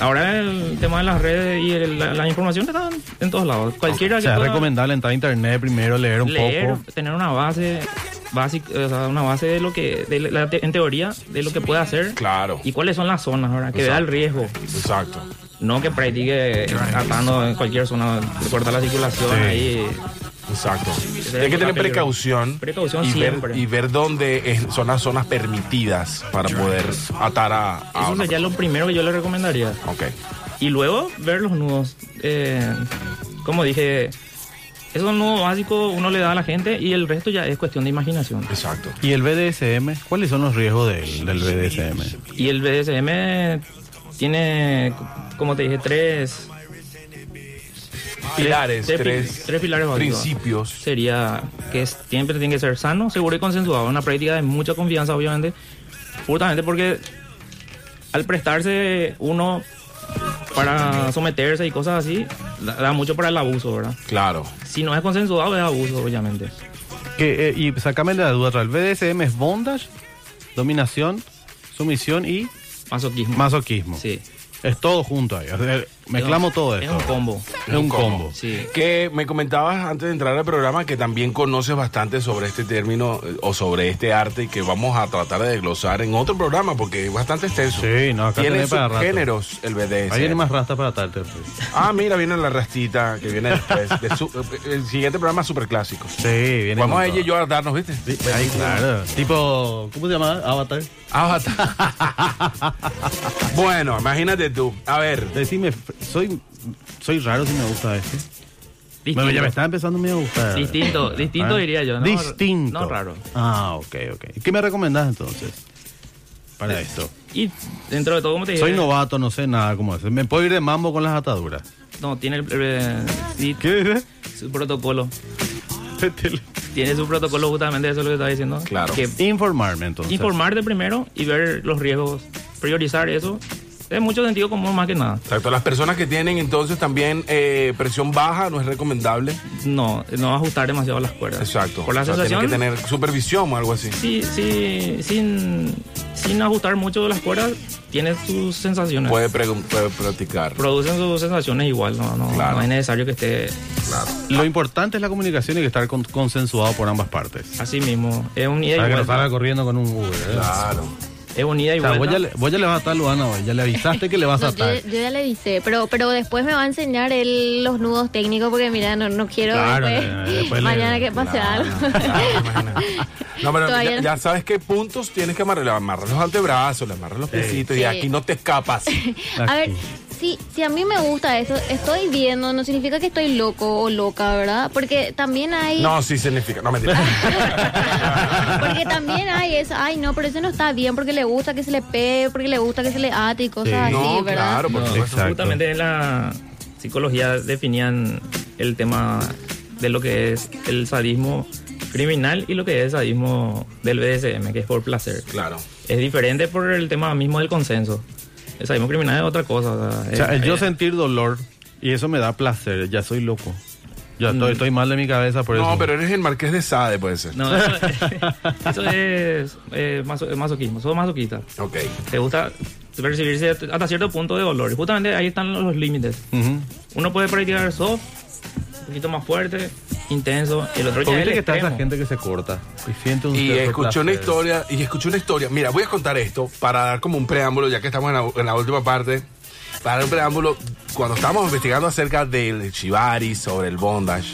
Speaker 7: Ahora el tema de las redes y el- la, la información está en todos lados. Cualquiera
Speaker 4: O
Speaker 7: que
Speaker 4: sea, es
Speaker 7: pueda
Speaker 4: recomendable entrar a internet primero, leer un
Speaker 7: leer,
Speaker 4: poco.
Speaker 7: tener una base básica, o sea, una base de lo que, de la- en teoría, de lo que puede hacer.
Speaker 3: Claro.
Speaker 7: Y cuáles son las zonas, ahora Que vea
Speaker 3: Exacto.
Speaker 7: el riesgo.
Speaker 3: Exacto.
Speaker 7: No que practique atando en cualquier zona, cortar la circulación
Speaker 3: Sí.
Speaker 7: ahí.
Speaker 3: Exacto.
Speaker 7: Ese
Speaker 3: Hay que
Speaker 7: es la
Speaker 3: tener
Speaker 7: peligro.
Speaker 3: precaución.
Speaker 7: Precaución
Speaker 3: y ver,
Speaker 7: siempre.
Speaker 3: y ver dónde es- son las zonas permitidas para poder atar a, a
Speaker 7: Eso
Speaker 3: una-
Speaker 7: sería lo primero que yo le recomendaría.
Speaker 3: Ok.
Speaker 7: Y luego ver los nudos. Eh, como dije, esos nudos básicos uno le da a la gente y el resto ya es cuestión de imaginación.
Speaker 3: Exacto.
Speaker 4: ¿Y el BDSM? ¿Cuáles son los riesgos del, del BDSM?
Speaker 7: Y el BDSM tiene, como te dije, tres
Speaker 3: Pilares,
Speaker 7: pi-
Speaker 3: tres
Speaker 7: tres pilares básicos.
Speaker 3: principios.
Speaker 7: Sería que es- siempre tiene que ser sano, seguro y consensuado. Una práctica de mucha confianza, obviamente. Justamente porque al prestarse uno para someterse y cosas así, da, da mucho para el abuso, ¿verdad?
Speaker 3: Claro.
Speaker 7: Si no es consensuado, es abuso, obviamente.
Speaker 4: Que, eh, y sacame la duda atrás. ¿El BDSM es bondage, dominación, sumisión y
Speaker 7: masoquismo?
Speaker 4: Masoquismo.
Speaker 7: Sí.
Speaker 4: Es todo junto ahí. O sea, Mezclamos
Speaker 3: Es un-
Speaker 4: todo
Speaker 3: es
Speaker 4: esto.
Speaker 3: un combo.
Speaker 4: Es un combo.
Speaker 3: Que me comentabas antes de entrar al programa que también conoces bastante sobre este término eh, o sobre este arte y que vamos a tratar de desglosar en otro programa porque es bastante extenso. Sí, no,
Speaker 4: acá
Speaker 3: Tiene
Speaker 4: tenés para rato.
Speaker 3: subgéneros el BDS.
Speaker 4: Ahí viene más rasta para atarte.
Speaker 3: Ah, mira, viene la rastita que viene después. de su- eh, el siguiente programa es súper clásico.
Speaker 4: Sí, viene.
Speaker 3: Vamos
Speaker 4: con
Speaker 3: a ella
Speaker 4: todo.
Speaker 3: y yo a darnos, ¿viste?
Speaker 4: Ahí, claro. Tipo, ¿cómo se llama? Avatar.
Speaker 3: Avatar. bueno, imagínate tú. A ver.
Speaker 4: Decime, soy, soy raro si me gusta este.
Speaker 7: Distinto.
Speaker 4: Bueno, ya me está empezando medio a gustar. Ah.
Speaker 7: Distinto, distinto diría yo, ¿no?
Speaker 4: Distinto.
Speaker 7: No raro.
Speaker 4: Ah, ok, ok. ¿Qué me recomendás entonces? Para esto.
Speaker 7: Y dentro de todo, ¿cómo te dije?
Speaker 4: Soy novato, no sé nada como eso. ¿Me puedo ir de mambo con las ataduras?
Speaker 7: No, tiene el. eh, sí, Su protocolo. tiene su protocolo justamente, eso es lo que estaba diciendo.
Speaker 4: Claro.
Speaker 7: Que
Speaker 4: Informarme entonces.
Speaker 7: informarte primero y ver los riesgos, priorizar eso. Es mucho sentido común más que nada.
Speaker 3: Exacto, las personas que tienen entonces también eh, presión baja no es recomendable.
Speaker 7: No, no va a ajustar demasiado las cuerdas.
Speaker 3: Exacto.
Speaker 7: Por la
Speaker 3: O sea,
Speaker 7: sensación-
Speaker 3: Tienen que tener supervisión o algo así.
Speaker 7: Sí, sí, sin, sin ajustar mucho las cuerdas, tiene sus sensaciones.
Speaker 3: Puede, pregun- puede practicar.
Speaker 7: Producen sus sensaciones igual, no, no, no es necesario que esté
Speaker 4: Lo importante es la comunicación y que estar con- consensuado por ambas partes.
Speaker 7: así mismo. Es un ida y
Speaker 4: Para que no
Speaker 7: vuelta.
Speaker 4: salga corriendo con un Uber. ¿eh?
Speaker 7: Claro. Es un ida y
Speaker 4: O sea, vos,
Speaker 7: vuelta.
Speaker 4: ya le, vos ya le vas a atar, Luana, hoy. Ya le avisaste que le vas a
Speaker 6: No,
Speaker 4: atar.
Speaker 6: yo, yo ya le avisé, pero, pero después me va a enseñar él los nudos técnicos porque mira, no, no quiero
Speaker 3: Claro,
Speaker 6: después-
Speaker 16: eh,
Speaker 3: no, no, después le-
Speaker 6: mañana que pase algo.
Speaker 3: No, pero
Speaker 6: Todavía
Speaker 3: ya,
Speaker 6: no.
Speaker 3: ya sabes qué puntos tienes que amarrar. Le amarras los antebrazos, le amarras los
Speaker 6: Sí.
Speaker 3: piecitos
Speaker 6: Sí.
Speaker 3: y aquí no te escapas.
Speaker 6: A ver, si, si a mí me gusta eso, estoy viendo, no significa que estoy loco o loca, ¿verdad? Porque también hay...
Speaker 3: No, sí significa. No, mentira.
Speaker 6: Porque también hay eso, ay no, pero eso no está bien porque le gusta que se le pegue, porque le gusta que se le ate y cosas así, ¿verdad?
Speaker 7: No, Justamente en la psicología definían el tema de lo que es el sadismo criminal y lo que es el sadismo del BDSM, que es por placer.
Speaker 3: Claro.
Speaker 7: Es diferente por el tema mismo del consenso. El sadismo criminal es otra cosa. o sea,
Speaker 4: O sea,
Speaker 7: es- eh,
Speaker 4: el yo
Speaker 7: es-
Speaker 4: sentir dolor y eso me da placer. Ya soy loco. Ya estoy,
Speaker 7: Mm.
Speaker 4: estoy mal de mi cabeza por eso.
Speaker 3: No, pero eres el marqués de Sade, puede ser.
Speaker 7: No, eso, eso es eh, maso- masoquismo. Sos masoquista.
Speaker 3: Ok.
Speaker 7: Te gusta percibirse hasta cierto punto de dolor. Y Justamente ahí están los límites.
Speaker 4: Ujú.
Speaker 7: Uno puede practicar soft, un poquito más fuerte, intenso. El otro
Speaker 4: ¿Vos
Speaker 7: ya es
Speaker 4: viste
Speaker 7: el
Speaker 4: que está esa
Speaker 7: extremo.
Speaker 4: gente que se corta y siente un
Speaker 3: Y
Speaker 4: cierto
Speaker 3: escuché una
Speaker 4: placer?
Speaker 3: historia, y escuché una historia. Mira, voy a contar esto para dar como un preámbulo, ya que estamos en la, en la última parte. Para dar un preámbulo, cuando estábamos investigando acerca del Shibari, sobre el bondage,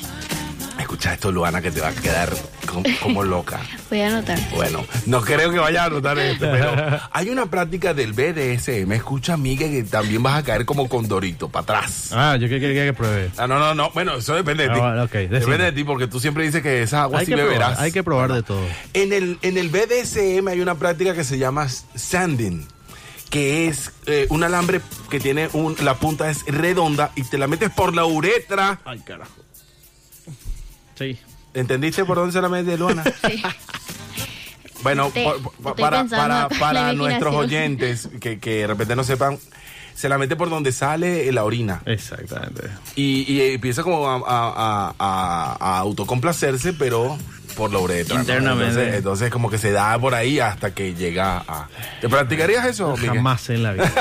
Speaker 3: escucha esto, Luana, que te va a quedar com- como loca.
Speaker 6: Voy a anotar.
Speaker 3: Bueno, no creo que vaya a anotar esto, pero hay una práctica del BDSM. Escucha, amiga, que también vas a caer como condorito, para atrás.
Speaker 4: Ah, yo que quería que pruebe.
Speaker 3: Ah, no, no, no. Bueno, eso depende de
Speaker 4: Ah,
Speaker 3: ti.
Speaker 4: bueno, ok, decime.
Speaker 3: depende de ti, porque tú siempre dices que esa agua
Speaker 4: Hay
Speaker 3: sí
Speaker 4: que, probar,
Speaker 3: beberás.
Speaker 4: hay que probar de todo.
Speaker 3: En el, en el BDSM hay una práctica que se llama sanding, que es eh, un alambre que tiene un, la punta es redonda y te la metes por la uretra. Ay, carajo.
Speaker 7: Sí.
Speaker 3: ¿Entendiste por dónde se la mete Luana?
Speaker 6: Sí.
Speaker 3: Bueno,
Speaker 6: Estoy-
Speaker 3: por- por-
Speaker 6: estoy
Speaker 3: para,
Speaker 6: pensando
Speaker 3: para-
Speaker 6: acá en
Speaker 3: para
Speaker 6: la
Speaker 3: nuestros
Speaker 6: imaginación.
Speaker 3: oyentes que, que de repente no sepan, se la mete por donde sale la orina.
Speaker 4: Exactamente.
Speaker 3: Y, y empieza como a, a- a- a- a autocomplacerse, pero por la uretra. ¿no?
Speaker 4: Internamente.
Speaker 3: Entonces, entonces como que se da por ahí hasta que llega a... ¿Te practicarías eso? Miguel?
Speaker 4: Jamás en la vida.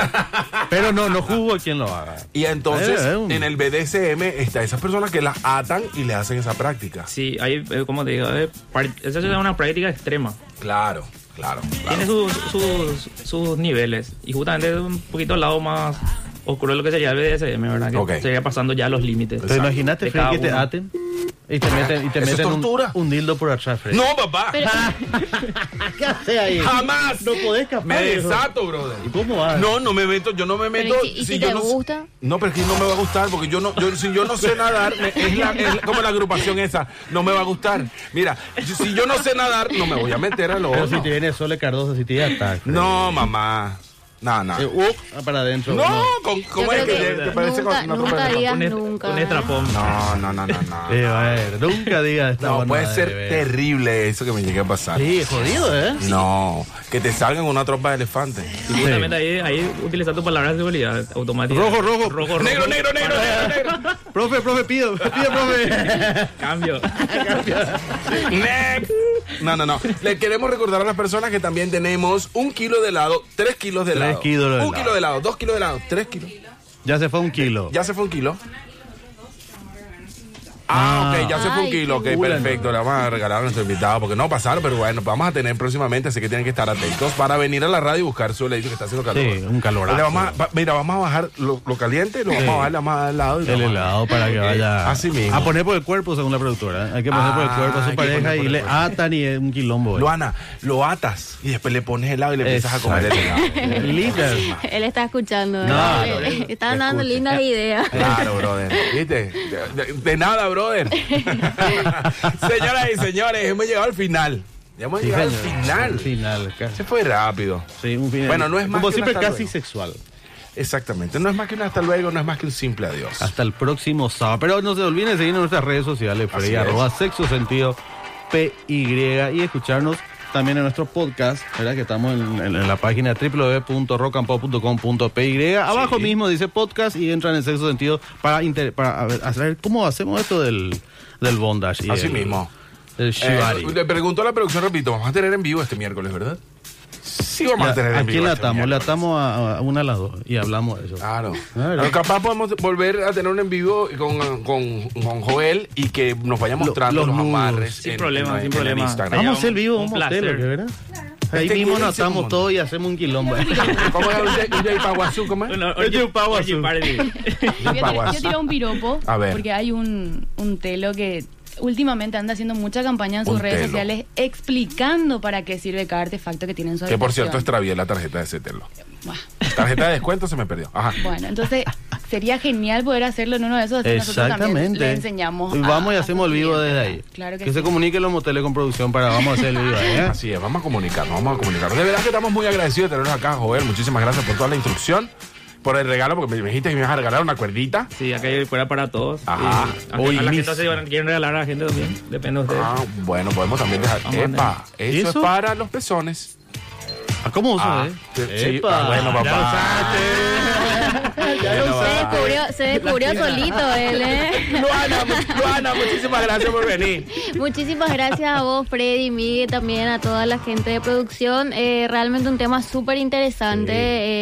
Speaker 4: pero no, no juzgo a quien lo haga.
Speaker 3: Y entonces
Speaker 4: Eh, eh, un-
Speaker 3: en el BDSM está esas personas que las atan y le hacen esa práctica.
Speaker 7: Sí, ahí, eh, como te digo, eh, par- esa es una práctica extrema.
Speaker 3: Claro, claro.
Speaker 7: Tiene sus, sus, sus niveles. Y justamente es un poquito al lado más oscuro de lo que sería el BDSM, ¿verdad? Que
Speaker 4: Ok.
Speaker 7: sería pasando ya los límites.
Speaker 4: ¿Te imaginaste,
Speaker 7: de
Speaker 4: Freddy,
Speaker 7: cada
Speaker 4: que te
Speaker 7: uno.
Speaker 4: aten y te meten, y te
Speaker 7: Eso es
Speaker 4: meten un, un dildo por atrás, Freddy?
Speaker 3: No, papá.
Speaker 4: ¿Qué hace ahí?
Speaker 3: Jamás.
Speaker 4: No podés escapar.
Speaker 3: Me
Speaker 4: hijo.
Speaker 3: desato, brother.
Speaker 4: ¿Y cómo vas?
Speaker 3: No, no me meto, yo no me meto.
Speaker 6: Pero, ¿y si, y si
Speaker 3: yo
Speaker 6: te
Speaker 3: no,
Speaker 6: gusta?
Speaker 3: No, pero es que no me va a gustar porque yo no, yo, si yo no sé nadar, me- es, la- es la- como la agrupación esa, no me va a gustar. Mira, si yo no sé nadar, no me voy a meter a lo
Speaker 4: Pero
Speaker 3: otro.
Speaker 4: si te viene Sole Cardoso, si te ataca.
Speaker 3: No, mamá. No, no.
Speaker 4: Eh, uh, para adentro.
Speaker 3: No, con- ¿cómo es
Speaker 6: creo
Speaker 3: que,
Speaker 6: que
Speaker 3: te, te parece
Speaker 6: nunca-
Speaker 3: con una
Speaker 6: nunca
Speaker 3: tropa de
Speaker 6: digas
Speaker 3: tapón?
Speaker 6: nunca. Un
Speaker 7: estrapón.
Speaker 3: No, no, no, no, no.
Speaker 4: Eh, a ver, nunca digas esta
Speaker 3: No,
Speaker 4: guanada
Speaker 3: puede
Speaker 4: de
Speaker 3: ser
Speaker 4: bebé.
Speaker 3: terrible eso que me llegue a pasar.
Speaker 4: Sí, jodido, ¿eh?
Speaker 3: No, que te salgan una tropa de elefantes.
Speaker 7: Y justamente ahí, ahí utilizando palabras de seguridad automática.
Speaker 4: Rojo,
Speaker 7: rojo,
Speaker 4: rojo.
Speaker 7: rojo.
Speaker 4: Negro,
Speaker 3: negro, negro, negro,
Speaker 4: Profe, profe, pido, pido, profe.
Speaker 7: Cambio.
Speaker 3: Next. No, no, no. Le queremos recordar a las personas que también tenemos un kilo de helado, tres kilos de
Speaker 4: Tres
Speaker 3: helado.
Speaker 4: kilos de
Speaker 3: Un
Speaker 4: helado.
Speaker 3: kilo de helado, dos kilos de helado, tres kilos.
Speaker 4: Ya se fue un kilo.
Speaker 3: Ya se fue un kilo. Ah, ok, ya se fue un
Speaker 6: Ay,
Speaker 3: kilo. Ok,
Speaker 6: qué bueno.
Speaker 3: perfecto. Le vamos a regalar a nuestro invitado porque no pasaron, pero bueno, vamos a tener próximamente, así que tienen que estar atentos para venir a la radio y buscar su leito que está haciendo calor.
Speaker 4: Sí, un calorazo.
Speaker 3: Le vamos a- va- mira, vamos a bajar lo, lo caliente, lo
Speaker 4: Sí.
Speaker 3: vamos a bajar, le vamos a dar helado. y le
Speaker 4: El
Speaker 3: vamos a-
Speaker 4: helado para que
Speaker 3: Ok,
Speaker 4: vaya
Speaker 3: eh, Así mismo.
Speaker 4: a poner por el cuerpo, según la productora. Hay que poner por el
Speaker 3: Ah,
Speaker 4: cuerpo a
Speaker 3: hay
Speaker 4: su
Speaker 3: que
Speaker 4: pareja
Speaker 3: poner por
Speaker 4: y
Speaker 3: el
Speaker 4: le
Speaker 3: cuerpo.
Speaker 4: atan y es un quilombo. eh.
Speaker 3: Luana, lo atas y después le pones helado y le empiezas a comer el
Speaker 4: Exacto.
Speaker 3: helado.
Speaker 4: Líder.
Speaker 6: Él está escuchando.
Speaker 3: Claro,
Speaker 6: ¿verdad?
Speaker 3: él-
Speaker 6: Están dando
Speaker 3: escucha.
Speaker 6: lindas ideas.
Speaker 3: Claro, brother. ¿Viste? De, de- de nada, brother. Señoras y señores, hemos llegado al final. Ya hemos
Speaker 4: Sí,
Speaker 3: llegado
Speaker 4: señor.
Speaker 3: al final.
Speaker 4: Final, ca-
Speaker 3: Se fue rápido.
Speaker 4: Sí, un final.
Speaker 3: Bueno, no es más
Speaker 4: Como
Speaker 3: que un
Speaker 4: siempre,
Speaker 3: hasta
Speaker 4: casi
Speaker 3: luego.
Speaker 4: sexual.
Speaker 3: Exactamente. No es más que un hasta luego, no es más que un simple adiós.
Speaker 4: Hasta el próximo sábado. Pero no se olviden de seguirnos en nuestras redes sociales, por
Speaker 3: Así
Speaker 4: ahí,
Speaker 3: es.
Speaker 4: arroba sexo sentido PY y escucharnos también en nuestro podcast, ¿verdad? Que estamos en, en- en la página www.rockandpop.com.py. Abajo mismo dice podcast y entran en sexo sentido para, inter- para a ver, a saber cómo hacemos esto del, del bondage. y
Speaker 3: Así
Speaker 4: el-
Speaker 3: mismo.
Speaker 4: El shibari.
Speaker 3: Eh, le preguntó a la producción, repito, vamos a tener en vivo este miércoles, ¿verdad? Sí, vamos
Speaker 4: La-
Speaker 3: a tener
Speaker 4: ¿A
Speaker 3: en vivo.
Speaker 4: quién le
Speaker 3: este
Speaker 4: atamos? Le
Speaker 3: miércoles.
Speaker 4: atamos a, a una a las dos y hablamos de eso.
Speaker 3: Claro.
Speaker 4: Claro.
Speaker 3: Pero capaz podemos volver a tener un en vivo con, con, con Joel y que nos vaya
Speaker 4: Lo- los
Speaker 3: mostrando los,
Speaker 4: nudos.
Speaker 3: amarres.
Speaker 4: Sin
Speaker 7: problema, sin
Speaker 3: el
Speaker 7: problema.
Speaker 3: Instagram.
Speaker 4: Vamos a hacer vivo,
Speaker 7: Un
Speaker 4: vamos a hacerlo,
Speaker 7: placer.
Speaker 4: ¿verdad? Ahí
Speaker 3: Este
Speaker 4: mismo
Speaker 3: quiere
Speaker 4: nos
Speaker 3: irse un
Speaker 4: atamos
Speaker 3: mundo.
Speaker 4: todo y hacemos un quilombo.
Speaker 3: ¿Cómo es un DJ Paguazú? ¿Cómo es?
Speaker 7: Oye,
Speaker 4: Paguazú.
Speaker 15: Yo tiro, yo tiro un piropo.
Speaker 3: A ver.
Speaker 15: Porque hay un, un telo que últimamente anda haciendo mucha campaña en sus
Speaker 3: Un
Speaker 15: redes
Speaker 3: telo.
Speaker 15: sociales explicando para qué sirve cada artefacto que tiene en su
Speaker 3: Que por
Speaker 15: habitación.
Speaker 3: cierto extravié la tarjeta de Cetelo. Tarjeta de descuento se me perdió. Ajá.
Speaker 15: Bueno, entonces sería genial poder hacerlo en uno de esos. así nosotros también
Speaker 4: Exactamente.
Speaker 15: Le enseñamos.
Speaker 4: Y
Speaker 15: a-
Speaker 4: vamos y hacemos el vivo desde ahí.
Speaker 15: Claro que
Speaker 4: que se
Speaker 15: sí.
Speaker 4: comuniquen los moteles con producción para vamos a hacer el vivo. ¿eh?
Speaker 3: Así es, vamos a comunicarnos, vamos a comunicarnos. De verdad que estamos muy agradecidos de tenernos acá, Joel. Muchísimas gracias por toda la instrucción, por el regalo, porque me dijiste que me ibas a regalar una cuerdita.
Speaker 7: Sí, acá hay fuera para todos.
Speaker 3: Ajá.
Speaker 7: Y a-
Speaker 3: Uy,
Speaker 7: a la
Speaker 3: mis-
Speaker 7: gente se van- quieren regalar a la gente también. Depende de ustedes.
Speaker 3: Ah, bueno, podemos también dejar.
Speaker 7: Vamos a
Speaker 3: Epa,
Speaker 7: mandar.
Speaker 3: eso,
Speaker 7: ¿Eso?
Speaker 3: es para los pezones.
Speaker 4: Ah, ¿Cómo
Speaker 3: uso, eh? Sí, ah, bueno, papá.
Speaker 6: Se descubrió, se descubrió solito él, ¿eh?
Speaker 3: Luana, mu- Luana, muchísimas gracias por venir.
Speaker 6: Muchísimas gracias a vos, Freddy, Miguel, también a toda la gente de producción. Eh, realmente un tema súper interesante.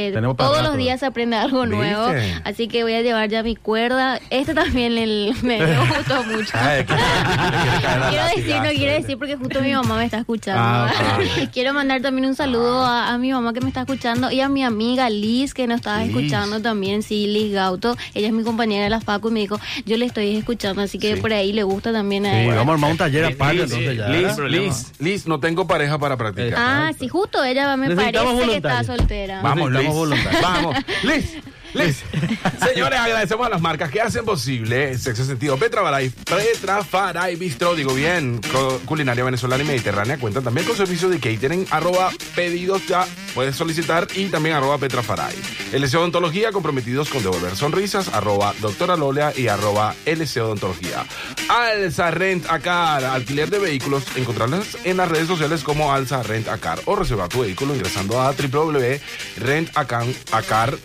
Speaker 6: Eh,
Speaker 15: Tenemos para
Speaker 6: todos
Speaker 15: rato.
Speaker 6: los días se aprende algo
Speaker 15: ¿Viste?
Speaker 6: nuevo. Así que voy a llevar ya mi cuerda. Este también el- me, me gustó mucho. Quiero decir, no quiero decir porque justo mi mamá me está escuchando.
Speaker 16: Ah,
Speaker 6: quiero mandar también un saludo a, a mi mamá que me está escuchando y a mi amiga Liz que nos estaba
Speaker 16: Liz.
Speaker 6: escuchando también, sí, Liz Gauto. Ella es mi compañera de las Facu y me dijo, yo le estoy escuchando, así que por ahí le gusta también a
Speaker 4: Sí,
Speaker 6: ella.
Speaker 4: vamos a armar un taller aparte
Speaker 3: Liz,
Speaker 4: entonces ya.
Speaker 3: Liz, Liz, Liz, no tengo pareja para practicar.
Speaker 6: Ah, sí, justo ella me parece
Speaker 3: Necesitamos
Speaker 6: que está
Speaker 3: voluntarios.
Speaker 6: soltera.
Speaker 3: Vamos, Liz.
Speaker 4: Necesitamos voluntarios.
Speaker 3: Vamos, Liz. Liz. Señores, agradecemos a las marcas que hacen posible Sexo Sentido. Petra Faray, Petra Faray Bistro, digo bien, co- culinaria venezolana y mediterránea. Cuentan también con servicio de catering, arroba pedidos ya, puedes solicitar y también arroba Petra Faray. LC Odontología, comprometidos con devolver sonrisas, arroba doctora Lola y arroba LC Odontología. Alza Rent a Car, alquiler de vehículos, encontrarlas en las redes sociales como Alza Rent a Car o reservar tu vehículo ingresando a www.rentacar.com.py.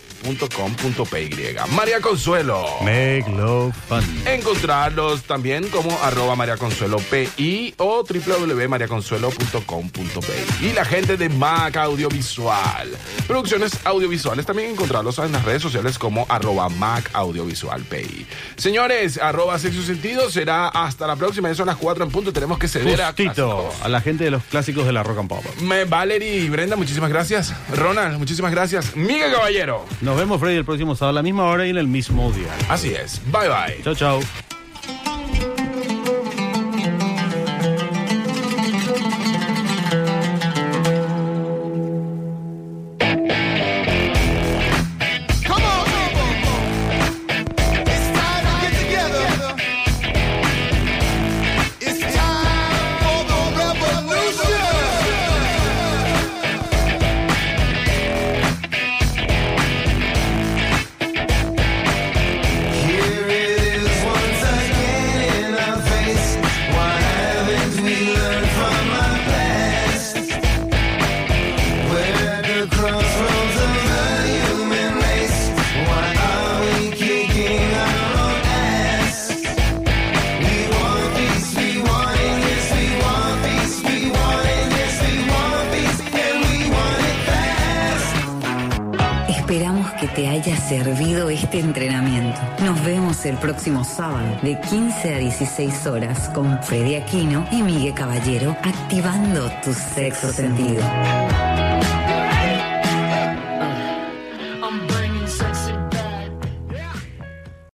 Speaker 3: María Consuelo.
Speaker 4: Make love fun.
Speaker 3: Encontrarlos también como arroba María Consuelo PI o www.mariaconsuelo.com.pi. Y la gente de Mac Audiovisual. Producciones audiovisuales también encontrarlos en las redes sociales como arroba Mac Audiovisual PI. Señores, arroba sexo sentido será hasta la próxima. Ya son las 4 en punto. Tenemos que ceder a...
Speaker 4: Justito a la gente de los clásicos de la rock and pop.
Speaker 3: Me, Valerie y Brenda, muchísimas gracias. Ronald, muchísimas gracias. Miguel Caballero.
Speaker 4: Nos vemos, Freddy, el próximo sábado a la misma hora y en el mismo día.
Speaker 3: Así es. Bye bye.
Speaker 4: Chao, chao.
Speaker 16: Come on, It's time to get together. It's time for the revolution. Here it is once
Speaker 1: te haya servido este entrenamiento. Nos vemos el próximo sábado de 15 a 16 horas con Freddy Aquino y Miguel Caballero activando tu sexo sentido.